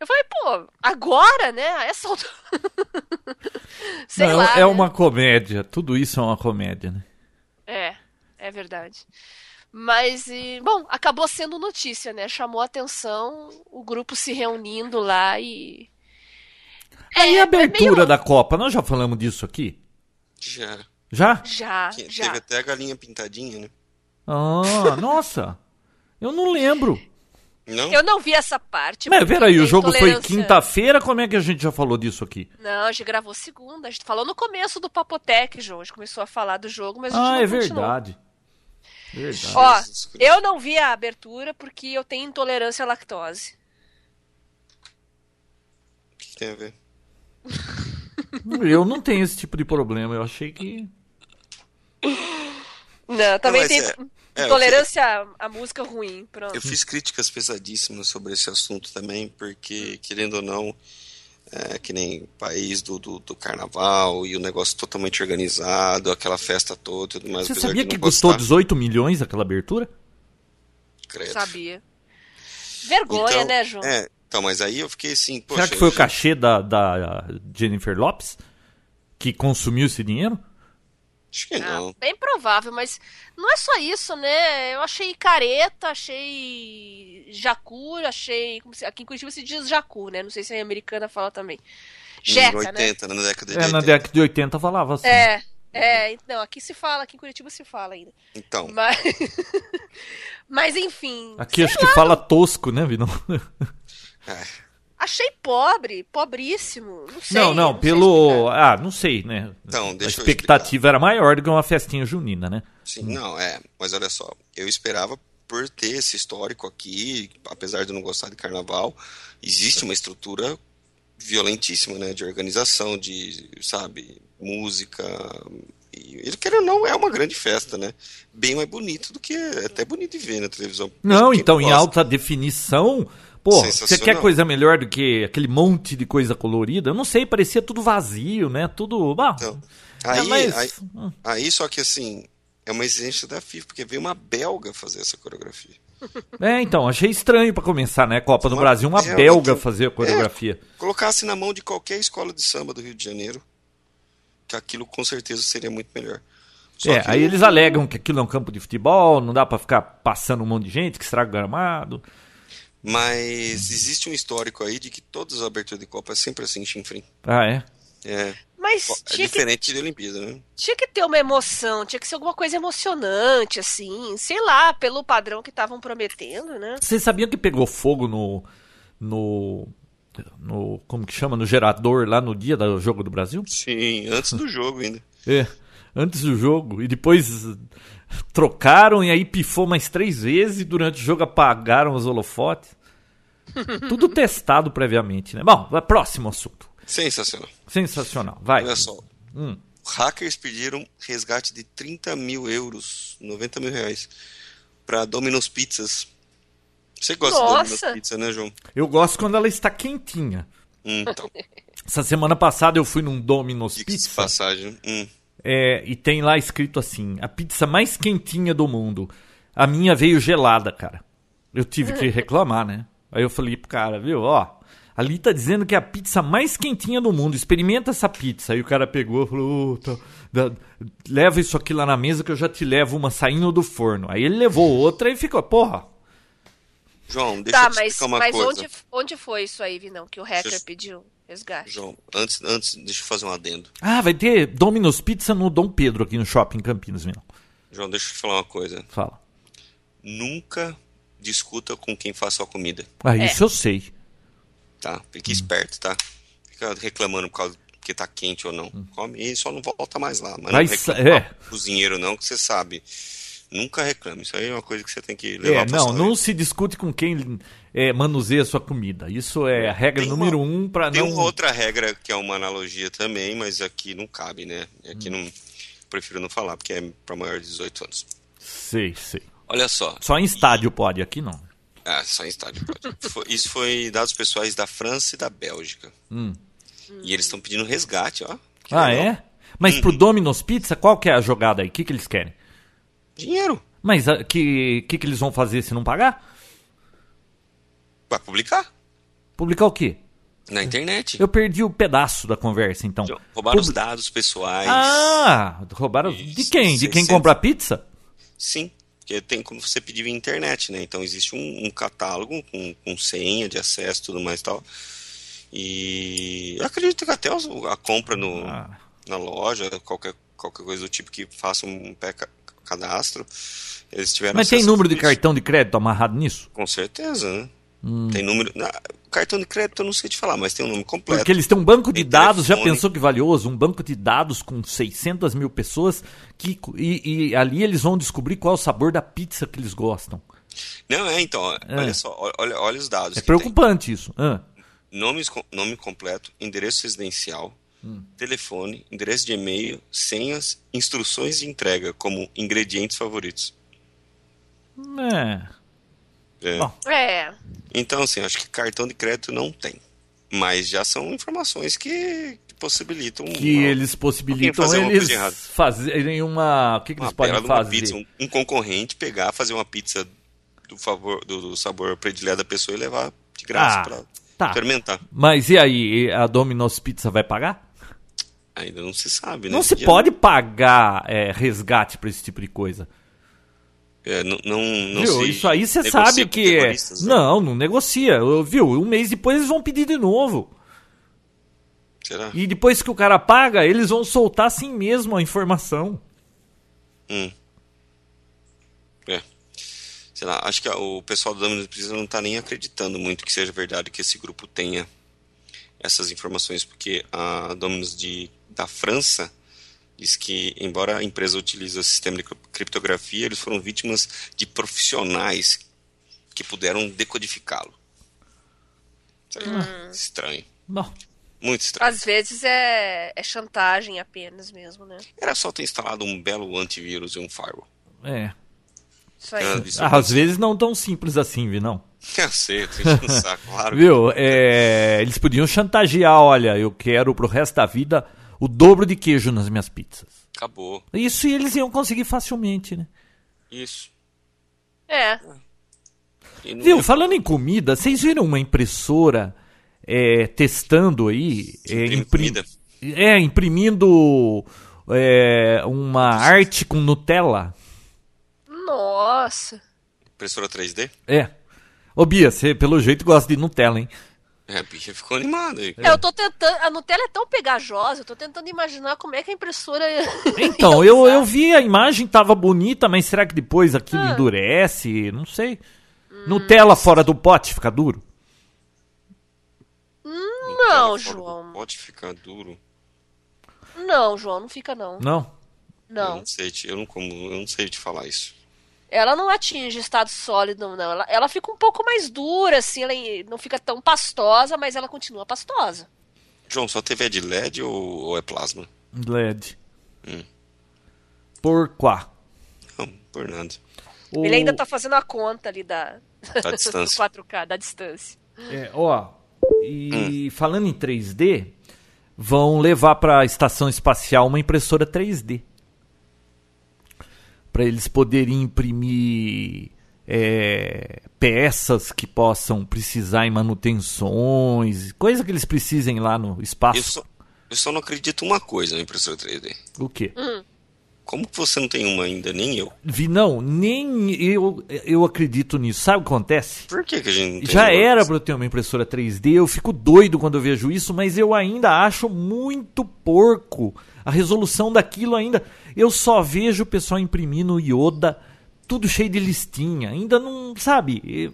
A: Eu falei, pô, agora, né? A Essa altura. sei
C: não,
A: lá.
C: é
A: né?
C: uma comédia. Tudo isso é uma comédia, né?
A: É, é verdade. Mas, e, bom, acabou sendo notícia, né? Chamou a atenção o grupo se reunindo lá e.
C: e a
A: é meio-
C: abertura da Copa? Nós já falamos disso aqui?
B: Já.
C: Já?
A: Já,
B: Que-
A: Ah, já.
B: Teve até a galinha pintadinha, né?
C: Ah, nossa. Eu não lembro.
B: Não?
A: Eu não vi essa parte.
C: Mas
A: porque
C: peraí,
A: eu
C: o
A: tenho
C: jogo foi
A: Tipo, intolerância.
C: quinta-feira? Como é que a gente já falou disso aqui?
A: Não, a gente gravou segunda. A gente falou no começo do Papotec, João. A gente começou a falar do jogo, mas a gente
C: Ah,
A: não
C: é
A: continuou.
C: verdade. Verdade.
A: Ó,
B: Jesus Cristo.
A: eu não vi a abertura porque eu tenho intolerância à lactose.
B: O que que tem a ver?
C: Eu não tenho esse tipo de problema. Eu achei que.
A: Não, eu também
B: mas
A: tenho
B: é- é, eu
A: intolerância à, à música ruim. Pronto.
B: Eu fiz críticas pesadíssimas sobre esse assunto também, porque, querendo ou não, é, que nem país do, do, do carnaval e o negócio totalmente organizado, aquela festa toda e tudo mais.
C: Você
B: apesar
C: sabia
B: de
C: que
B: não
C: custou
B: gostar,
C: 18 milhões aquela abertura?
B: credo.
A: Sabia. Vergonha,
B: Então,
A: né, João?
B: É, então, mas aí eu fiquei assim, poxa.
C: Será que foi o
B: eu-
C: cachê da, da Jennifer Lopes que consumiu esse dinheiro?
B: Acho que
A: Ah,
B: não.
A: bem provável, mas não é só isso, né? Eu achei careta, achei jacu, achei. como se- Aqui em Curitiba se diz jacu, né? Não sei se a americana fala também.
B: Em
A: Jeca, né?
B: 80, na década de
C: É, na
B: 80.
C: década de 80 falava assim.
A: É, É, não, aqui se fala, aqui em Curitiba se fala ainda.
B: Então,
A: Mas, Mas enfim,
C: Aqui é- acho que fala tosco, né, Vinão?
B: é,
A: achei pobre, pobríssimo. Não sei.
C: não, não,
A: sei
C: pelo.
A: explicar.
C: Ah, não sei, né?
B: Então, deixa
C: A
B: eu
C: expectativa era maior do que uma festinha junina, né?
B: Sim, não, é. Mas olha só, eu esperava por ter esse histórico aqui, apesar de eu não gostar de carnaval, existe uma estrutura violentíssima, né? De organização, de, sabe, música. E, ele, querendo ou não, é uma grande festa, né? Bem mais bonito do que. É até bonito de ver na televisão.
C: Não,
B: Quem
C: então, em
B: gosta.
C: alta definição. Pô, você
B: Sensacional.
C: quer coisa melhor do que aquele monte de coisa colorida? Eu não sei, parecia tudo vazio, né? Tudo. Ah,
B: Então,
C: é,
B: aí,
C: mas-
B: aí, aí, só que assim, é uma exigência da FIFA, porque veio uma belga fazer essa coreografia.
C: É, então, achei estranho pra começar, né? Copa do
B: Uma
C: Brasil, uma
B: belga
C: belga
B: que-
C: fazer a coreografia.
B: colocasse na mão de qualquer escola de samba do Rio de Janeiro, que aquilo com certeza seria muito melhor. Só
C: é,
B: que
C: aí eles alegam que aquilo é um campo de futebol, não dá pra ficar passando um monte de gente, que estraga o gramado.
B: Mas existe um histórico aí de que todas as aberturas de Copa é sempre assim, chinfrim.
C: Ah, é?
B: É,
A: Mas
B: é
A: tinha que,
B: diferente da Olimpíada, né?
A: tinha que ter uma emoção, tinha que ser alguma coisa emocionante, assim, sei lá, pelo padrão que estavam prometendo, né?
C: Vocês sabiam que pegou fogo no, no. no. como que chama? No gerador lá no dia do Jogo do Brasil?
B: Sim, antes do jogo ainda.
C: É, antes do jogo. E depois trocaram e aí pifou mais três vezes e durante o jogo apagaram os holofotes. Tudo testado previamente, né? Bom, vai- próximo assunto.
B: Sensacional.
C: Sensacional. Vai. Hum.
B: Olha só. Hackers pediram resgate de 30 mil euros, 90 mil reais, pra Domino's Pizzas. Você gosta
A: Nossa!
B: de Domino's Pizza, né, João?
C: Eu gosto quando ela está quentinha.
B: Então,
C: Essa semana passada eu fui num Domino's
B: diga-se de
C: Pizza.
B: passagem. Hum.
C: É, e tem lá escrito assim: a pizza mais quentinha do mundo. A minha veio gelada, cara. Eu tive que reclamar, né? Aí eu falei pro cara, viu, ó. Ali tá dizendo que é a pizza mais quentinha do mundo. Experimenta essa pizza. Aí o cara pegou e falou: "Ô, tá, dá- leva isso aqui lá na mesa que eu já te levo uma saindo do forno. Aí ele levou outra e ficou, porra.
B: João, deixa
A: Tá,
B: eu te
A: mas,
B: explicar uma
A: mas
B: coisa.
A: onde, onde foi isso aí, Vinão, que o hacker
B: Just-
A: pediu resgate?
B: João, antes, antes, deixa eu fazer um adendo.
C: Ah, vai ter Domino's Pizza no Dom Pedro aqui no shopping Campinas, meu.
B: João, deixa eu te falar uma coisa.
C: Fala.
B: Nunca discuta com quem faz sua comida,
C: Ah, isso eu sei.
B: tá?
C: Uhum.
B: Fique esperto, tá? Fica reclamando por causa que tá quente ou não. Come e só não volta mais lá. Mas,
C: Uhum. Mas,
B: não reclama
C: é.
B: com o cozinheiro não, que você sabe. Nunca reclame. Isso aí é uma coisa que você tem que levar
C: É,
B: pra
C: não,
B: sua
C: não
B: vida.
C: se discute com quem é, manuseia sua comida. Isso é a regra
B: Tem
C: número
B: uma-
C: um para
B: Tem
C: não.
B: uma outra regra que é uma analogia também, mas aqui não cabe, né? Aqui
C: Hum.
B: não... Prefiro não falar, porque é pra maior de 18 anos.
C: Sei, sei.
B: Olha só,
C: Só em estádio pode, aqui não.
B: Ah, só em estádio pode. Foi- Isso foi dados pessoais da França e da Bélgica. E eles estão pedindo resgate, ó. Que
C: Hum. ah,
B: legal.
C: é? Mas
B: Uhum.
C: pro Domino's Pizza, qual que é a jogada aí? O que, que eles querem?
B: Dinheiro.
C: Mas o que, que, que eles vão fazer se não pagar?
B: Vai publicar
C: Publicar o quê?
B: na internet.
C: Eu perdi o pedaço da conversa, então.
B: Roubaram os
C: Publi-
B: dados pessoais.
C: Ah, roubaram. De
B: Isso,
C: quem? De quem
B: 600.
C: compra pizza?
B: Sim, porque tem como você pedir via internet, né? Então existe um, um catálogo com, com senha de acesso e tudo mais e tal. E eu acredito que até os- a compra no,
C: Ah.
B: na loja, qualquer, qualquer coisa do tipo que faça um peca- cadastro, eles tiveram
C: Mas tem
B: acesso a
C: número de
B: tudo é isso.
C: cartão de crédito amarrado nisso?
B: Com certeza, né?
C: Hum.
B: Tem número. na- cartão de crédito eu não sei te falar, mas tem um nome completo.
C: Porque eles têm um banco de
B: Tem
C: dados, já
B: telefone.
C: pensou que valioso? Um banco de dados com 600 mil pessoas que, e, e ali eles vão descobrir qual é o sabor da pizza que eles gostam.
B: Não, é, então, ó, olha só, ó- olha, olha os dados.
C: É
B: que tem.
C: preocupante isso. Ah,
B: Nomes, com- nome completo, endereço residencial,
C: Hum.
B: telefone, endereço de e-mail, senhas, instruções de entrega, como ingredientes favoritos.
C: é.
B: É.
C: Bom.
A: É,
B: Então, assim, acho que cartão de crédito não tem. Mas já são informações que, que possibilitam.
C: Que
B: uma-
C: eles possibilitam
B: fazer alguma
C: eles
B: coisa errada.
C: fazerem uma. O que, que
B: uma bela
C: eles podem
B: de uma
C: fazer?
B: pizza, um, um concorrente pegar, fazer uma pizza do, favor, do, do sabor predileto da pessoa e levar de graça
C: Ah,
B: pra
C: tá.
B: experimentar.
C: Mas e aí, e a Domino's Pizza vai pagar?
B: Ainda não se sabe, né?
C: Não se
B: Já-
C: pode pagar é, resgate pra esse tipo de coisa.
B: é, não, não, não
C: Viu?
B: se
C: Isso aí você
B: negocia
C: sabe
B: com
C: que. é-
B: terroristas, né?
C: Não, não negocia. Eu- Viu? Um mês depois eles vão pedir de novo.
B: Será?
C: E depois que o cara paga, eles vão soltar assim mesmo a informação.
B: Hum. É. Sei lá, acho que o pessoal do Domino Precisa não tá nem acreditando muito que seja verdade que esse grupo tenha essas informações, porque a Dominus de, da França diz que, embora a empresa utilize o sistema de criptografia, eles foram vítimas de profissionais que puderam decodificá-lo. Sei lá, estranho.
C: Bom,
B: Muito estranho.
A: Às vezes é, é chantagem apenas mesmo, né?
B: Era só ter instalado um belo antivírus e um firewall.
C: é.
A: Isso aí.
B: Ela disse,
C: Ah, às vezes não tão simples assim, vi não.
B: Eu sei, tô enchendo o um saco, claro.
C: Viu? É, eles podiam chantagear, olha, eu quero pro resto da vida o dobro de queijo nas minhas pizzas.
B: Acabou.
C: Isso eles iam conseguir facilmente, né?
B: Isso.
A: É.
B: E não
C: Viu,
B: ia-
C: falando em comida, vocês viram uma impressora é, testando aí? É,
B: Imprime
C: imprim-
B: comida?
C: é, imprimindo é, uma arte com Nutella.
A: Nossa.
B: Impressora 3D?
C: É. Ô Bia, você pelo jeito gosta de Nutella, hein?
B: É, a bicha ficou animada aí.
A: É, eu tô tentando. A Nutella é tão pegajosa, eu tô tentando imaginar como é que a impressora.
C: Então, eu, eu vi a imagem, tava bonita, mas será que depois aquilo
A: Ah.
C: endurece? Não sei.
A: Hum.
C: Nutella fora do pote fica duro?
A: Não,
B: Fora do
A: João.
B: Pode ficar duro.
A: Não, João, não fica não.
B: Hum.
C: Não.
B: Eu
A: Não.
B: não sei, te- eu não como, eu não sei te falar isso.
A: Ela não atinge estado sólido, não. Ela, ela fica um pouco mais dura, assim, ela em- não fica tão pastosa, mas ela continua pastosa.
B: João, só TV é de LED ou, ou é plasma?
C: LED.
A: Hum.
C: Por quá?
B: Não, por nada.
C: O-
A: Ele ainda tá fazendo a conta ali da,
B: Da
A: do
B: distância.
A: 4K, da distância.
C: É, ó, e falando em 3D, vão levar pra estação espacial uma impressora 3D. Pra eles poderem imprimir é, peças que possam precisar em manutenções, coisa que eles precisem lá no
B: Eu
C: espaço.
B: só, eu só não acredito uma coisa na impressora 3D.
C: O quê?
B: Como que você não tem uma ainda? Nem eu.
C: Vi, não, nem eu, eu acredito nisso. Sabe o que acontece?
B: Por que, que a gente não tem
C: Já
B: uma?
C: era pra eu ter uma impressora 3D, eu fico doido quando eu vejo isso, mas eu ainda acho muito porco a resolução daquilo ainda. Eu só vejo o pessoal imprimindo Yoda, tudo cheio de listinha, ainda não, sabe? Eu,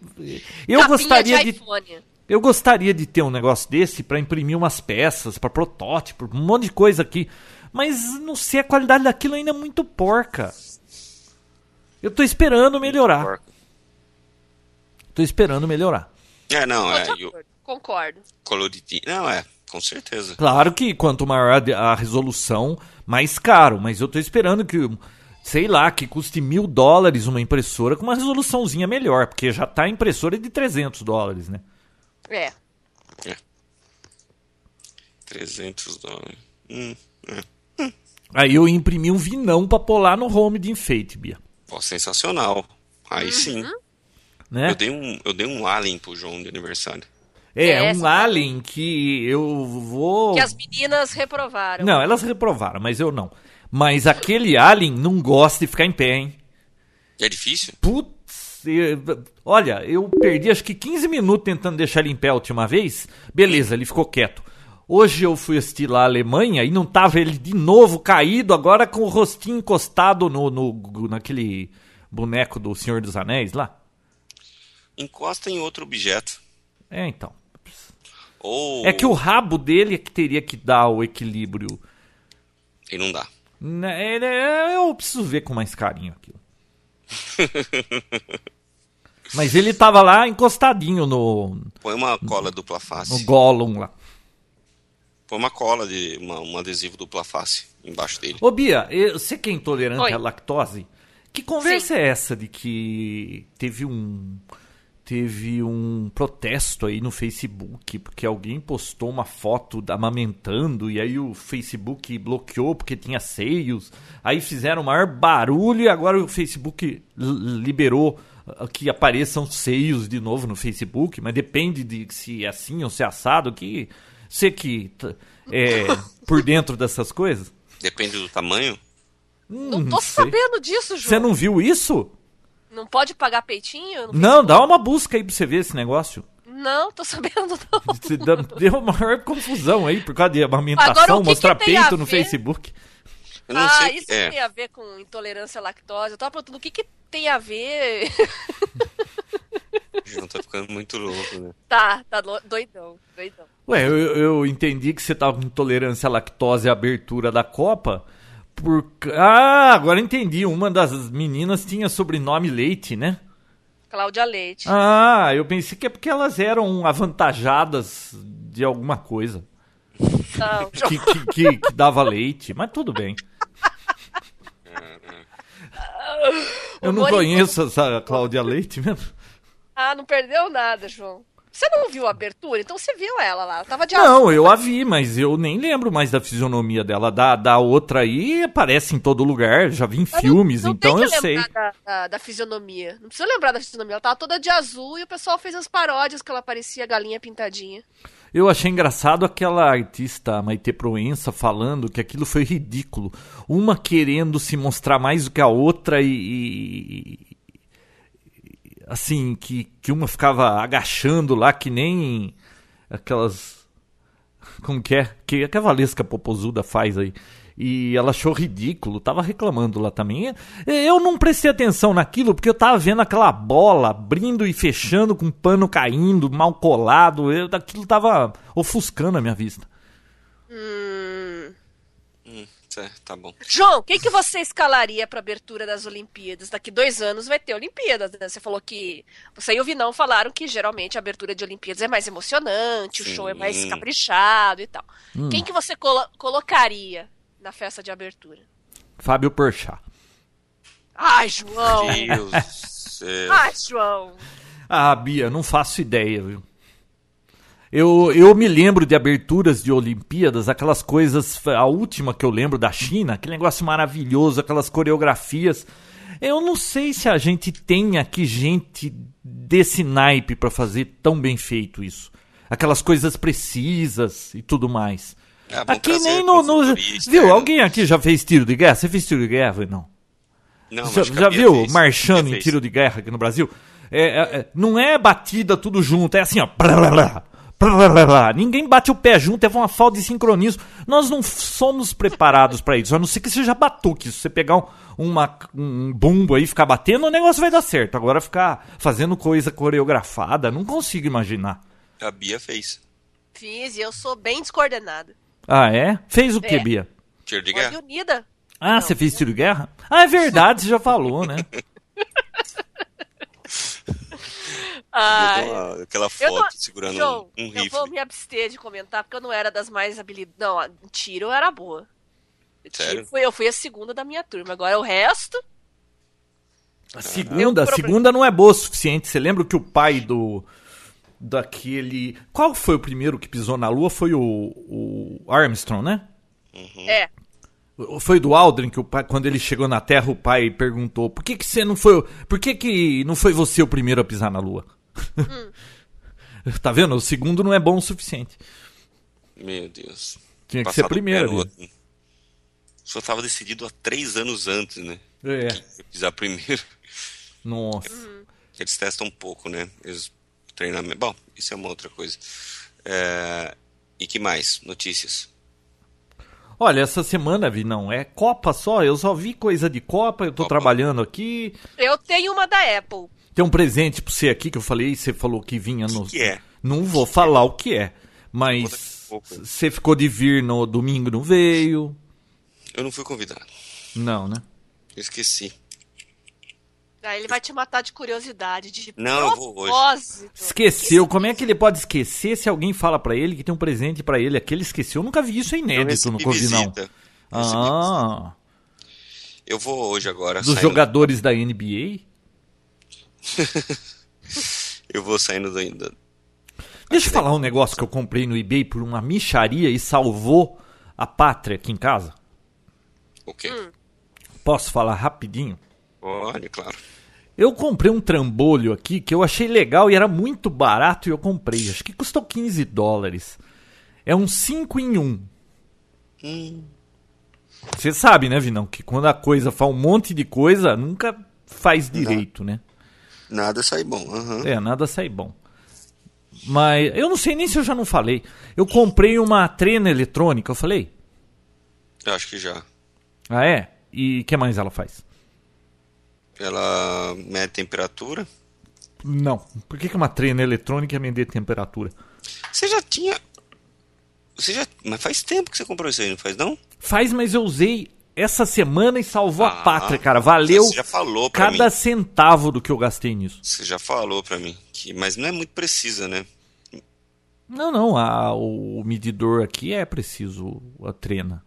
C: eu
A: Capinha
C: gostaria
A: de
C: de,
A: iPhone.
C: eu gostaria de ter um negócio desse pra imprimir umas peças, pra protótipo, um monte de coisa aqui, mas não sei, a qualidade daquilo ainda é muito porca. Eu tô esperando melhorar.
B: Porca.
C: Tô esperando melhorar.
B: É, não,
A: Tô
B: é.
A: de
B: Eu,
A: acordo, Concordo.
B: coloridinho. Não, é, com certeza.
C: Claro que quanto maior a de- a resolução, mais caro. Mas eu tô esperando que, sei lá, que custe mil dólares uma impressora com uma resoluçãozinha melhor. Porque já tá a impressora de 300 dólares, né?
A: É.
B: 300 dólares. Hum, é.
C: Aí eu imprimi um vinão pra pular no home de enfeite, Bia.
B: Pô, sensacional.
A: Uhum.
B: Aí sim.
C: Né?
B: Eu, dei um, eu dei um alien pro João de aniversário.
C: É,
A: É,
C: um
A: essa-
C: alien que eu vou...
A: Que as meninas reprovaram.
C: Não, elas reprovaram, mas eu não. Mas aquele alien não gosta de ficar em pé, hein?
B: É difícil?
C: Putz, eh, olha, eu perdi acho que 15 minutos tentando deixar ele em pé a última vez. Beleza, ele ficou quieto. Hoje eu fui assistir lá a Alemanha e não tava ele de novo caído, agora com o rostinho encostado no, no- naquele boneco do Senhor dos Anéis lá.
B: Encosta em outro objeto.
C: É, então.
B: Ou.
C: É que o rabo dele é que teria que dar o equilíbrio.
B: E não dá.
C: Né, ele é- Eu preciso ver com mais carinho aquilo. Mas ele tava lá encostadinho no,
B: Põe uma cola dupla
C: no
B: face.
C: Gollum lá.
B: Põe uma cola de. Uma, um adesivo dupla face embaixo dele.
C: Ô Bia, eu- você que é intolerante
A: Oi.
C: à lactose, que conversa é essa de que teve um teve um protesto aí no Facebook porque alguém postou uma foto da- amamentando e aí o Facebook bloqueou porque tinha seios, aí fizeram o maior barulho e agora o Facebook l- liberou ah, que apareçam seios de novo no Facebook, mas depende de se é assim ou se é assado, que você que tá- é por dentro dessas coisas.
B: Depende do tamanho.
A: Não tô
C: Uhum, sei.
A: sabendo disso,
C: Você
A: João. Não...
C: não viu isso?
A: pode pagar peitinho?
C: Não, dá uma busca aí pra você ver esse negócio.
A: Não, Não, tô sabendo não.
C: Se dá- Deu uma maior confusão aí por causa de
A: Agora, o
C: amamentação,
A: que que
C: mostrar
A: tem a
C: peito no
A: ver?
C: Facebook.
B: Eu não
A: Ah,
B: sei.
A: isso
B: É,
A: tem a ver com intolerância à lactose. Eu tava perguntando o que, que tem a ver.
B: o João tá ficando muito louco, né?
A: tá, tá lo- doidão, doidão.
C: Ué, eu, eu entendi que você tava com intolerância à lactose à abertura da Copa. Por... ca- Ah, agora entendi. Uma das meninas tinha sobrenome Leite, né?
A: Cláudia Leite.
C: Ah, eu pensei que é porque elas eram avantajadas de alguma coisa
A: Não, João,
C: que, que- que- que dava leite, mas tudo bem. Eu não
A: Humor em
C: conheço essa Cláudia Leite mesmo.
A: Ah, não perdeu nada, João. Você não viu a abertura? Então você viu ela lá. Ela tava de
C: Não, eu a vi, mas eu nem lembro mais da fisionomia dela. Da, da outra aí aparece em todo lugar, já vi em
A: Mas
C: filmes,
A: não, não
C: então
A: tem
C: eu
A: que
C: sei.
A: lembrar Da, da, da fisionomia. Não precisa lembrar da fisionomia. Ela tava toda de azul e o pessoal fez as paródias que ela parecia galinha pintadinha.
C: Eu achei engraçado aquela artista Maite Proença falando que aquilo foi ridículo. Uma querendo se mostrar mais do que a outra e. e- e- assim, que, que uma ficava agachando lá que nem aquelas. Como que é? Que, que a Valesca Popozuda faz aí. E ela achou ridículo, tava reclamando lá também. Eu não prestei atenção naquilo porque eu tava vendo aquela bola abrindo e fechando com pano caindo, mal colado. Eu, aquilo tava ofuscando a minha vista.
B: Hum, certo, tá bom.
A: João, quem que você escalaria pra abertura das Olimpíadas? Daqui dois anos vai ter Olimpíadas, né? Você falou que. Você e o Vinão falaram que geralmente a abertura de Olimpíadas é mais emocionante, o
B: Sim.
A: show é mais caprichado e tal.
C: Hum.
A: Quem que você colo- colocaria na festa de abertura?
C: Fábio Porchat.
A: Ai, João!
B: Deus do céu.
A: Ai, João!
C: Ah, Bia, não faço ideia, viu? Eu, eu me lembro de aberturas de Olimpíadas, aquelas coisas. A última que eu lembro da China, aquele negócio maravilhoso, aquelas coreografias. Eu não sei se a gente tem aqui gente desse naipe pra fazer tão bem feito isso. Aquelas coisas precisas e tudo mais.
B: É bom
C: aqui
B: trazer
C: nem no. no-
B: consultorista,
C: viu?
B: né?
C: Alguém aqui já fez tiro de guerra? Você fez tiro de guerra? Não.
B: Não,
C: Já,
B: acho que é a
C: já
B: Bia
C: viu
B: fez.
C: marchando
B: Bia
C: em
B: fez.
C: tiro de guerra aqui no Brasil? É, é, é, não é batida tudo junto, é assim, ó. Blá, blá, blá, blá, blá, blá. Ninguém bate o pé junto, é uma falta de sincronismo. Nós não somos preparados pra isso, a não ser que seja batuque. Se você pegar um, uma- um bumbo aí e ficar batendo, o negócio vai dar certo. Agora ficar fazendo coisa coreografada, não consigo imaginar.
B: A Bia fez.
A: Fiz e eu sou bem descoordenada.
C: Ah, é? Fez o que,
A: É.
C: Bia?
B: Tiro de
A: Ordem
B: guerra?
A: unida.
C: Ah, você fez tiro de guerra? Ah, é verdade, você já falou, né?
A: Ai.
B: Aquela,
A: é.
B: aquela
A: Eu
B: foto
A: não...
B: segurando
A: João,
B: um, um
A: eu vou
B: rifle.
A: me abster de comentar porque eu não era das mais habilidades. Não, a- tiro eu era boa. Eu tiro
B: Sério?
A: fui- eu fui a segunda da minha turma. Agora o resto.
C: A
A: Tem um
C: segunda, a
A: problema.
C: segunda não é boa o suficiente. Você lembra que o pai do. Daquele. Qual foi o primeiro que pisou na lua? Foi o, o Armstrong, né?
B: Uhum.
A: É.
C: Foi do Aldrin que o pai, quando ele chegou na Terra, o pai perguntou: por que, que você não foi. o- Por que, que não foi você o primeiro a pisar na lua? tá vendo? O segundo não é bom o suficiente.
B: Meu Deus.
C: Tinha que
B: Passado
C: ser a primeira.
B: pelo
C: ali.
B: outro. Só tava decidido há três anos antes, né?
C: É.
B: Se pisar primeiro.
C: Nossa.
B: Eles testam um pouco, né? Eles treinamento. Bom, isso é uma outra coisa. É, E que mais? Notícias.
C: Olha, essa semana, vi, não, é Copa só. Eu só vi coisa de Copa, eu tô
B: Copa.
C: trabalhando aqui.
A: Eu tenho uma da Apple.
C: Tem um presente pra você aqui que eu falei, você falou que vinha no.
B: que é?
C: Não vou falar o que é,
B: Conta aqui
C: mas
B: um pouco.
C: você ficou de vir no domingo, não veio.
B: Eu não fui convidado.
C: Não, né?
B: Eu esqueci.
A: Aí ele vai te matar de curiosidade, de
B: Não, eu vou hoje.
A: propósito.
C: Esqueceu. Como é que ele pode esquecer se alguém fala pra ele que tem um presente pra ele aqui? Ele esqueceu. Eu nunca vi isso, é inédito no
B: recebi
C: Covinão.
B: visita. Eu recebi visita.
C: Ah,
B: Eu vou hoje agora.
C: dos
B: saindo-
C: jogadores da NBA?
B: Tá Eu vou saindo do, do-
C: Deixa eu falar um negócio que eu comprei no eBay por uma micharia e salvou a pátria aqui em casa.
B: O quê?
C: Posso falar rapidinho?
B: Olha, claro.
C: Eu comprei um trambolho aqui que eu achei legal e era muito barato e eu comprei. Acho que custou 15 dólares. É um 5 em 1. Você sabe, né, Vinão? Que quando a coisa faz um monte de coisa, nunca faz direito, né?
B: Nada sai bom. aham.
C: É, nada sai bom. Mas eu não sei nem se eu já não falei. Eu comprei uma trena eletrônica, eu falei? É.
B: Eu acho que já.
C: Ah, é? E o que mais ela faz?
B: Ela mede né, temperatura.
C: Não. Por que, que uma trena eletrônica ia medir temperatura?
B: Você já tinha. Você já. Mas faz tempo que você comprou isso aí, não faz não?
C: Faz, mas eu usei essa semana e salvou a
B: Ah,
C: pátria, cara. Valeu
B: Você já falou pra
C: cada
B: mim.
C: centavo do que eu gastei nisso.
B: Você já falou pra mim. Que... Mas não é muito precisa, né?
C: Não, não. a- o medidor aqui é preciso a trena.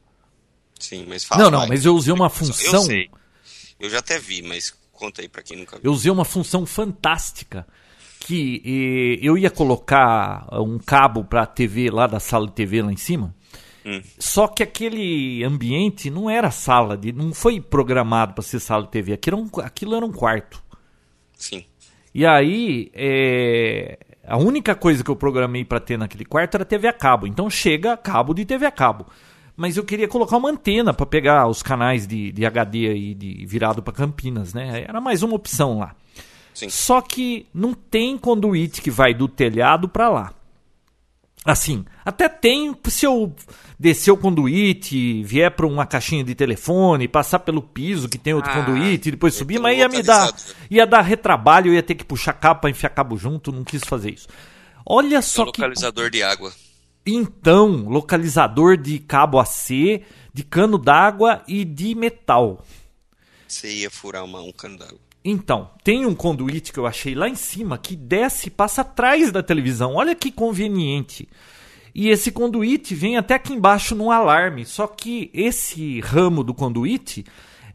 B: Sim, Tá, mas fala.
C: não, não,
B: vai.
C: mas eu usei uma
B: Eu
C: função.
B: sei. Eu já até vi, mas conta aí pra quem nunca viu.
C: Eu usei uma função fantástica que eh, eu ia colocar ah, um cabo para TV lá da sala de TV lá em cima.
B: Hum.
C: Só que aquele ambiente não era sala de, não foi programado para ser sala de TV. Aquilo era um, aquilo era um quarto.
B: Sim.
C: E aí eh, a única coisa que eu programei para ter naquele quarto era TV a cabo. Então chega cabo de TV a cabo. Mas eu queria colocar uma antena para pegar os canais de, de HD aí de virado para Campinas, né? Era mais uma opção lá.
B: Sim.
C: Só que não tem conduíte que vai do telhado pra lá. Assim, até tem se eu descer o conduíte, vier pra uma caixinha de telefone, passar pelo piso que tem outro
B: Ah,
C: conduíte, depois subir,
B: tem
C: mas
B: um
C: ia me dar,
B: localizador.
C: ia dar retrabalho, eu ia ter que puxar capa, enfiar cabo junto, não quis fazer isso. Olha
B: Só
C: só que
B: Um localizador de água.
C: então, localizador de cabo AC, de cano d'água e de metal.
B: Você ia furar uma, um cano d'água.
C: Então, tem um conduíte que eu achei lá em cima que desce e passa atrás da televisão. Olha que conveniente. E esse conduíte vem até aqui embaixo num alarme. Só que esse ramo do conduíte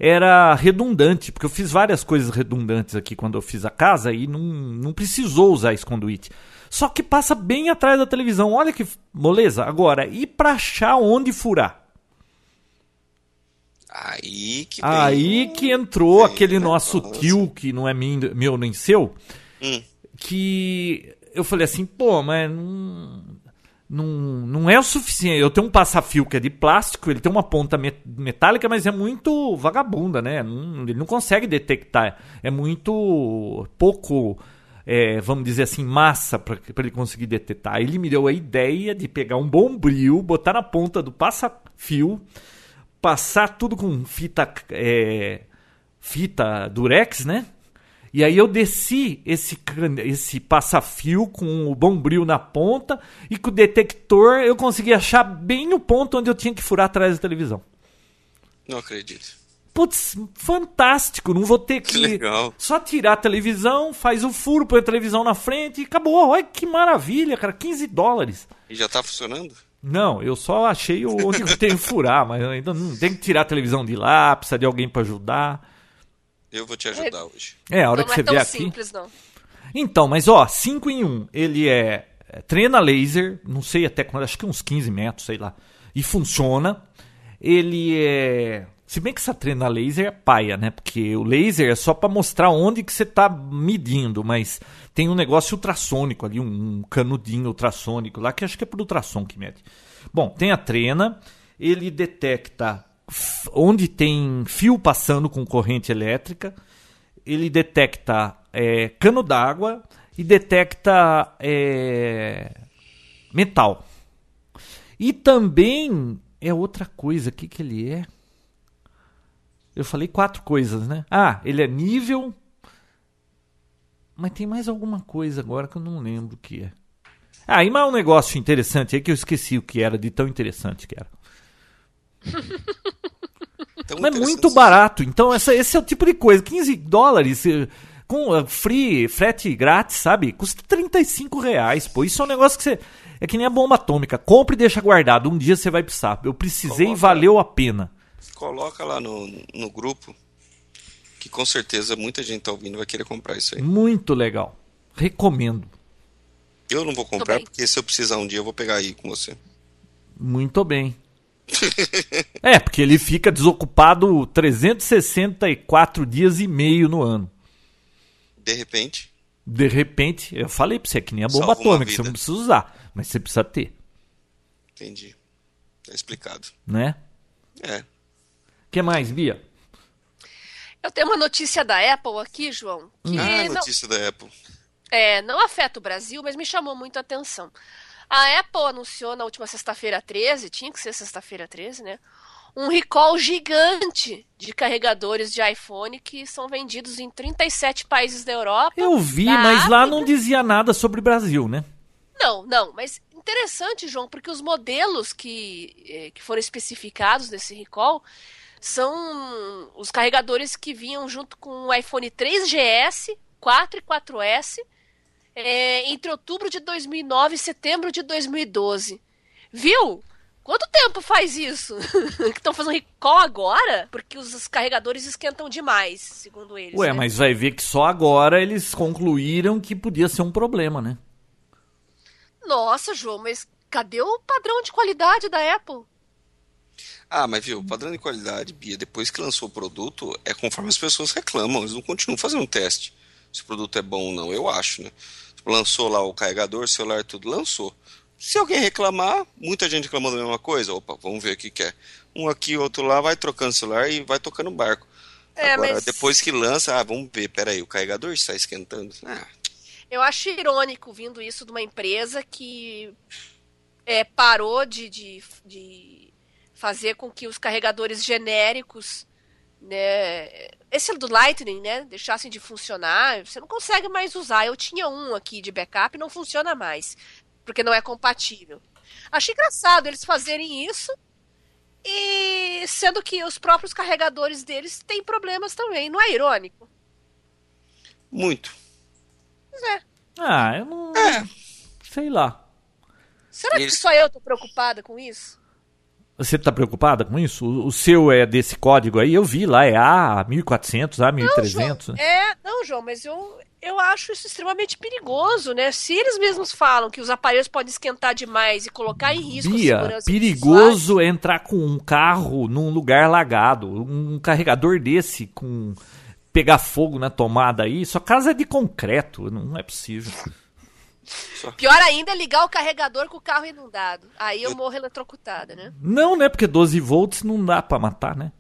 C: era redundante, porque eu fiz várias coisas redundantes aqui quando eu fiz a casa e não, não precisou usar esse conduíte. Só que passa bem atrás da televisão. Olha que moleza. Agora, e pra achar onde furar?
B: Aí que vem.
C: Aí que entrou
B: Bem,
C: aquele
B: né?
C: nosso
B: Nossa.
C: tio, que não é min- meu nem seu,
B: Hum.
C: que eu falei assim, pô, mas não, não, não é o suficiente. Eu tenho um passafio que é de plástico, ele tem uma ponta met- metálica, mas é muito vagabunda, né? Não- ele não consegue detectar. É muito pouco, é, vamos dizer assim, massa para ele conseguir detectar. Ele me deu a ideia de pegar um bombril, botar na ponta do passafio, passar tudo com fita é, fita durex, né? E aí eu desci esse can- esse passafio com o bombril na ponta e com o detector eu consegui achar bem o ponto onde eu tinha que furar atrás da televisão.
B: Não acredito.
C: Putz, fantástico, não vou ter que,
B: Que legal.
C: só tirar a televisão, faz o furo, põe a televisão na frente e acabou. Olha que maravilha, cara, 15 dólares.
B: E já tá funcionando?
C: Não, eu só achei o- onde eu tenho que furar, mas ainda não tem que tirar a televisão de lá, precisa de alguém pra ajudar.
B: Eu vou te ajudar hoje.
C: É, a hora
A: não
C: que você
A: é tão
C: vê aqui.
A: simples, não.
C: Então, mas ó, 5 em 1. Um, ele é é, treina laser, não sei até quando, acho que uns 15 metros, sei lá. E funciona. Ele é. Se bem que essa treina laser é paia, né? Porque o laser é só pra mostrar onde que você tá medindo, mas tem um negócio ultrassônico ali, um um canudinho ultrassônico lá, que acho que é por ultrassom que mede. Bom, tem a trena, ele detecta f- onde tem fio passando com corrente elétrica, ele detecta é, cano d'água e detecta é, metal. E também é outra coisa, o que, que ele é? Eu falei quatro coisas, né? Ah, ele é nível. Mas tem mais alguma coisa agora que eu não lembro o que é. Ah, e mais um negócio interessante aí que eu esqueci o que era, de tão interessante que era.
B: Então,
C: Mas é muito barato. Então, essa, esse é o tipo de coisa. 15 dólares eh, com eh, free, frete grátis, sabe? Custa 35 reais, pô. Isso é um negócio que você. É que nem a bomba atômica. Compre e deixa guardado. Um dia você vai precisar. Eu precisei e
B: Coloca.
C: valeu a pena.
B: Coloca lá no, no grupo. Que com certeza muita gente tá ouvindo e vai querer comprar isso aí.
C: Muito legal. Recomendo.
B: Eu não vou comprar,
A: bem.
B: porque se eu precisar um dia eu vou pegar aí com você.
C: Muito bem. é, porque ele fica desocupado 364 dias e meio no ano.
B: De repente,
C: De repente, eu falei pra você é que nem a bomba
B: Salva uma
C: atômica, você
B: vida.
C: não precisa usar, mas você precisa ter,
B: entendi. Tá explicado.
C: né?
B: É.
C: O que mais, Bia?
A: Eu tenho uma notícia da Apple aqui, João. Que
B: Ah,
A: não-
B: notícia da Apple.
A: é, não afeta o Brasil, mas me chamou muito a atenção. A Apple anunciou na última sexta-feira 13, tinha que ser sexta-feira 13, né? Um recall gigante de carregadores de iPhone que são vendidos em 37 países da Europa. Tá,
C: Eu vi,
A: da
C: mas lá não
A: África.
C: dizia nada sobre Brasil, né?
A: Não, não, mas interessante, João, porque os modelos que, eh, que foram especificados nesse recall são os carregadores que vinham junto com o iPhone 3GS, 4 e 4S, eh, entre outubro de 2009 e setembro de 2012. Viu? Quanto tempo faz isso? que estão fazendo recall agora? Porque os carregadores esquentam demais, segundo eles.
C: Ué,
A: né?
C: mas vai ver que só agora eles concluíram que podia ser um problema, né?
A: Nossa, João, mas cadê o padrão de qualidade da Apple?
B: Ah, mas viu, padrão de qualidade, Bia, depois que lançou o produto, é conforme as pessoas reclamam, eles não continuam fazendo teste. Se o produto é bom ou não, eu acho, né? Lançou lá o carregador, celular, tudo, lançou. Se alguém reclamar, muita gente reclamando da mesma coisa, opa, vamos ver o que que é. Um aqui, outro lá, vai trocando celular e vai tocando o barco.
A: É,
B: Agora,
A: mas-
B: depois que lança, ah, vamos ver, peraí, o carregador está esquentando. Ah,
A: Eu acho irônico vindo isso de uma empresa que é, parou de, de- de fazer com que os carregadores genéricos, né, esse do Lightning, né, deixassem de funcionar. Você não consegue mais usar. Eu tinha um aqui de backup e não funciona mais, porque não é compatível. Achei engraçado eles fazerem isso. E sendo que os próprios carregadores deles têm problemas também, não é irônico?
B: muito.
A: Pois é.
C: Ah, eu não. Sei lá.
A: Será que
B: Eles-
A: só eu tô preocupada com isso?
C: Você tá preocupada com isso? O, o seu é desse código aí? Eu vi lá, é A1400, A1300.
A: João,
C: né?
A: É, não, João, mas eu, eu acho isso extremamente perigoso, né? Se eles mesmos falam que os aparelhos podem esquentar demais e colocar em risco a
C: Bia,
A: segurança dos usuários,
C: perigoso é entrar com um carro num lugar lagado. Um carregador desse com pegar fogo na tomada aí, sua casa é de concreto, não é possível.
A: pior ainda é ligar o carregador com o carro inundado. Aí eu morro eletrocutada, né?
C: Não, né? Porque 12 volts não dá pra matar, né?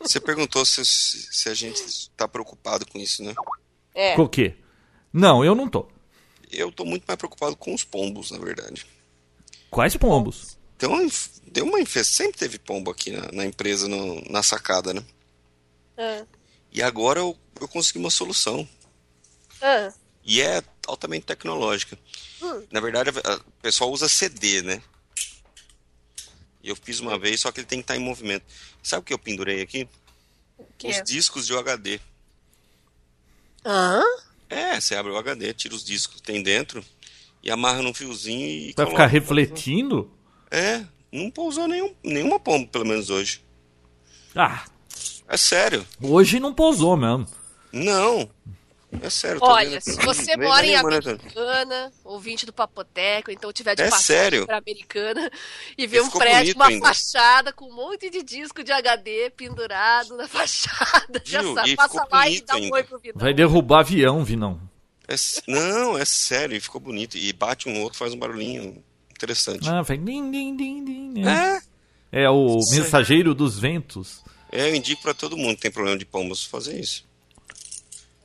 B: Você perguntou se, se a gente está preocupado com isso, né?
A: É.
C: Com o quê? Não, eu não tô.
B: Eu tô muito mais preocupado com os pombos, na verdade.
C: Quais pombos?
B: Tem uma, inf- deu uma infestação. Sempre teve pombo aqui na, na empresa, no- na sacada, né?
A: Ah,
B: E agora eu, eu consegui uma solução.
A: ah,
B: E é altamente tecnológica.
A: Hum.
B: Na verdade, a- a- o pessoal usa CD, né? E eu fiz uma vez, só que ele tem que estar em movimento. Sabe o que eu pendurei aqui?
A: que
B: Os
A: é?
B: discos de HD.
A: Hã?
B: É, você abre o HD, tira os discos que tem dentro e amarra num fiozinho e.
C: Vai
B: coloca.
C: ficar refletindo?
B: É, não pousou nenhum, nenhuma pomba, pelo menos hoje.
C: Ah,
B: É sério.
C: hoje não pousou mesmo.
B: Não. É sério. tô
A: Olha,
B: vendo
A: se
B: aqui.
A: você
B: Vem
A: mora em
B: animando, né, Tânia?
A: Americana, ouvinte do Papoteco, então tiver de
B: É
A: passagem
B: sério?
A: pra Americana e
B: E
A: ver um
B: ficou
A: prédio,
B: bonito
A: uma
B: ainda.
A: fachada com um monte de disco de HD pendurado na fachada. Já
B: Viu?
A: sabe,
B: E
A: passa
B: ficou
A: lá e
B: bonito
A: dá um
B: ainda.
A: oi pro Vidal.
C: Vai derrubar avião, Vinão.
B: É s- não, é sério. e Ficou bonito. E bate um outro, faz um barulhinho interessante.
C: Ah, vai din, din, din, din, né?
B: É.
C: É o
B: Sim.
C: mensageiro dos ventos.
B: É, eu indico pra todo mundo que tem problema de pombas fazer isso.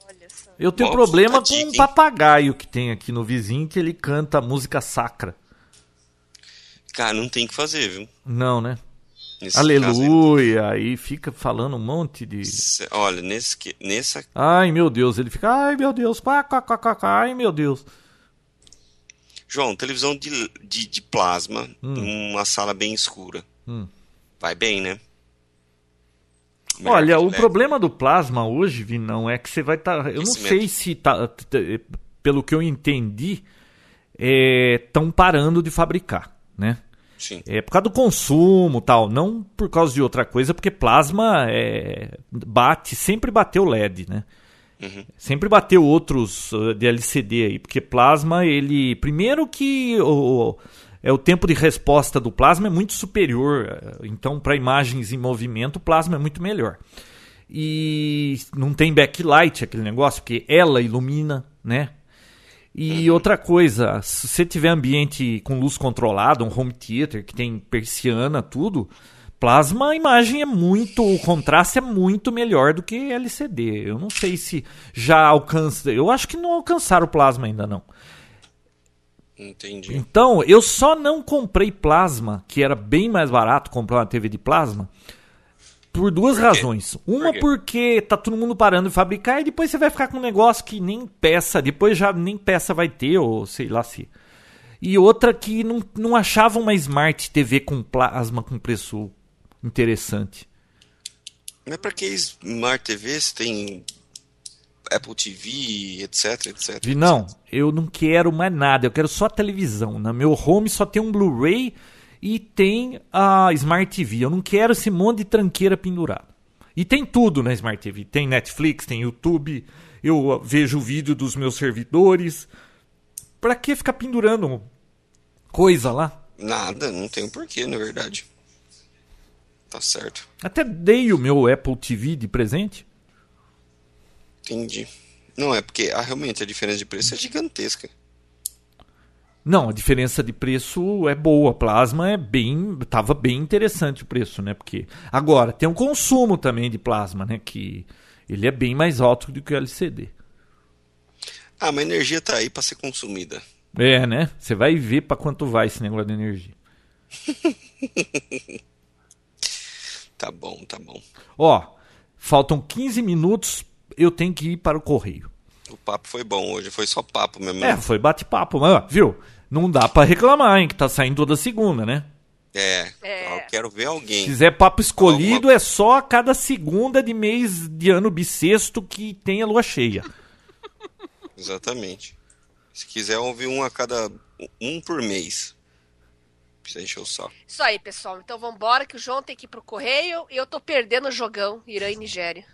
A: Olha só.
C: Eu tenho
B: Ó,
C: problema
B: tá
C: com
B: dica,
C: um
B: hein?
C: papagaio que tem aqui no vizinho que ele canta música sacra.
B: Cara, não tem o que fazer, viu?
C: Não, né?
B: Nesse caso é
C: Aleluia. Aí fica falando um monte de.
B: aí. Cê- olha, nesse, que- nessa.
C: Ai, meu Deus. Ele fica. Ai, meu Deus. Quá, quá, quá, quá, quá. Ai, meu Deus.
B: João, televisão de, de, de plasma, numa sala bem escura.
C: Hum.
B: Vai bem, né? Melhor
C: Olha,
B: que
C: o
B: LED.
C: problema do plasma hoje, Vinão, é que você vai estar. eu não
B: Aquecimento.
C: sei se tá. t- t- Pelo que eu entendi, estão parando de fabricar, né?
B: Sim.
C: É por causa do consumo tal, não por causa de outra coisa, porque plasma é, bate, sempre bateu LED, né? Sempre bateu outros eh, de LCD aí, porque plasma, ele. Primeiro que o, é, o tempo de resposta do plasma é muito superior. eh, Então, para imagens em movimento, o plasma é muito melhor. E não tem backlight aquele negócio, porque ela ilumina, né? E outra coisa, se você tiver ambiente com luz controlada, um home theater que tem persiana, tudo, Plasma, a imagem é muito. O contraste é muito melhor do que LCD. Eu não sei se já alcança. Eu acho que não alcançaram o plasma ainda, não.
B: Entendi.
C: Então, eu só não comprei plasma, que era bem mais barato comprar uma TV de plasma, por duas razões. Uma,
B: quê?
C: porque tá todo mundo parando de fabricar e depois você vai ficar com um negócio que nem peça, depois já nem peça vai ter, ou sei lá se. E outra que não, não achava uma Smart TV com plasma com preço interessante.
B: Mas pra que Smart TV se tem Apple TV, etc, etc?
C: Vi, não, eu não quero mais nada, eu quero só a televisão. Na meu home só tem um Blu-ray e tem a Smart TV. Eu não quero esse monte de tranqueira pendurada. E tem tudo na Smart TV. Tem Netflix, tem YouTube, eu ah, vejo o vídeo dos meus servidores. Pra que ficar pendurando coisa lá?
B: Nada, não tem um porquê, na verdade. Tá certo.
C: Até dei o meu Apple TV de presente.
B: Entendi. Não, é porque ah, realmente a diferença de preço é gigantesca.
C: Não, a diferença de preço é boa. Plasma é bem. Tava bem interessante o preço, né? Porque. Agora, tem um consumo também de plasma, né? Que ele é bem mais alto do que o LCD.
B: Ah, mas a energia tá aí pra ser consumida.
C: É, né? Você vai ver pra quanto vai esse negócio de energia.
B: Tá bom, tá bom.
C: Ó, faltam 15 minutos, eu tenho que ir para o correio.
B: O papo foi bom hoje, foi só papo mesmo.
C: É,
B: né?
C: foi bate-papo, mas, ó, viu? Não dá pra reclamar, hein? Que tá saindo toda segunda, né?
B: É,
A: É.
B: eu quero ver
C: Se
B: alguém.
C: quiser papo escolhido, é só a cada segunda de mês de ano bissexto que tem a lua cheia.
B: Exatamente. Se quiser ouvir um a cada. um por mês. Precisa encher o saco.
A: Isso aí, pessoal. Então vambora, que o João tem que ir pro correio e eu tô perdendo o jogão Irã e Nigéria.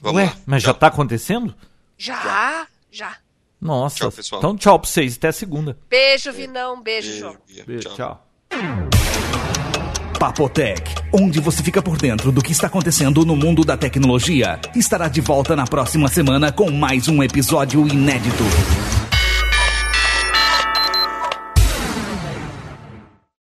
B: Vamos
C: Ué,
B: lá.
C: mas já tá acontecendo?
A: Já, já.
C: Nossa.
B: Tchau, pessoal.
C: Então tchau pra vocês, até segunda.
A: Beijo, Vinão. Beijo, João.
B: Bia.
C: Beijo,
B: Tchau.
C: tchau.
D: Papotec, onde você fica por dentro do que está acontecendo no mundo da tecnologia, estará de volta na próxima semana com mais um episódio inédito.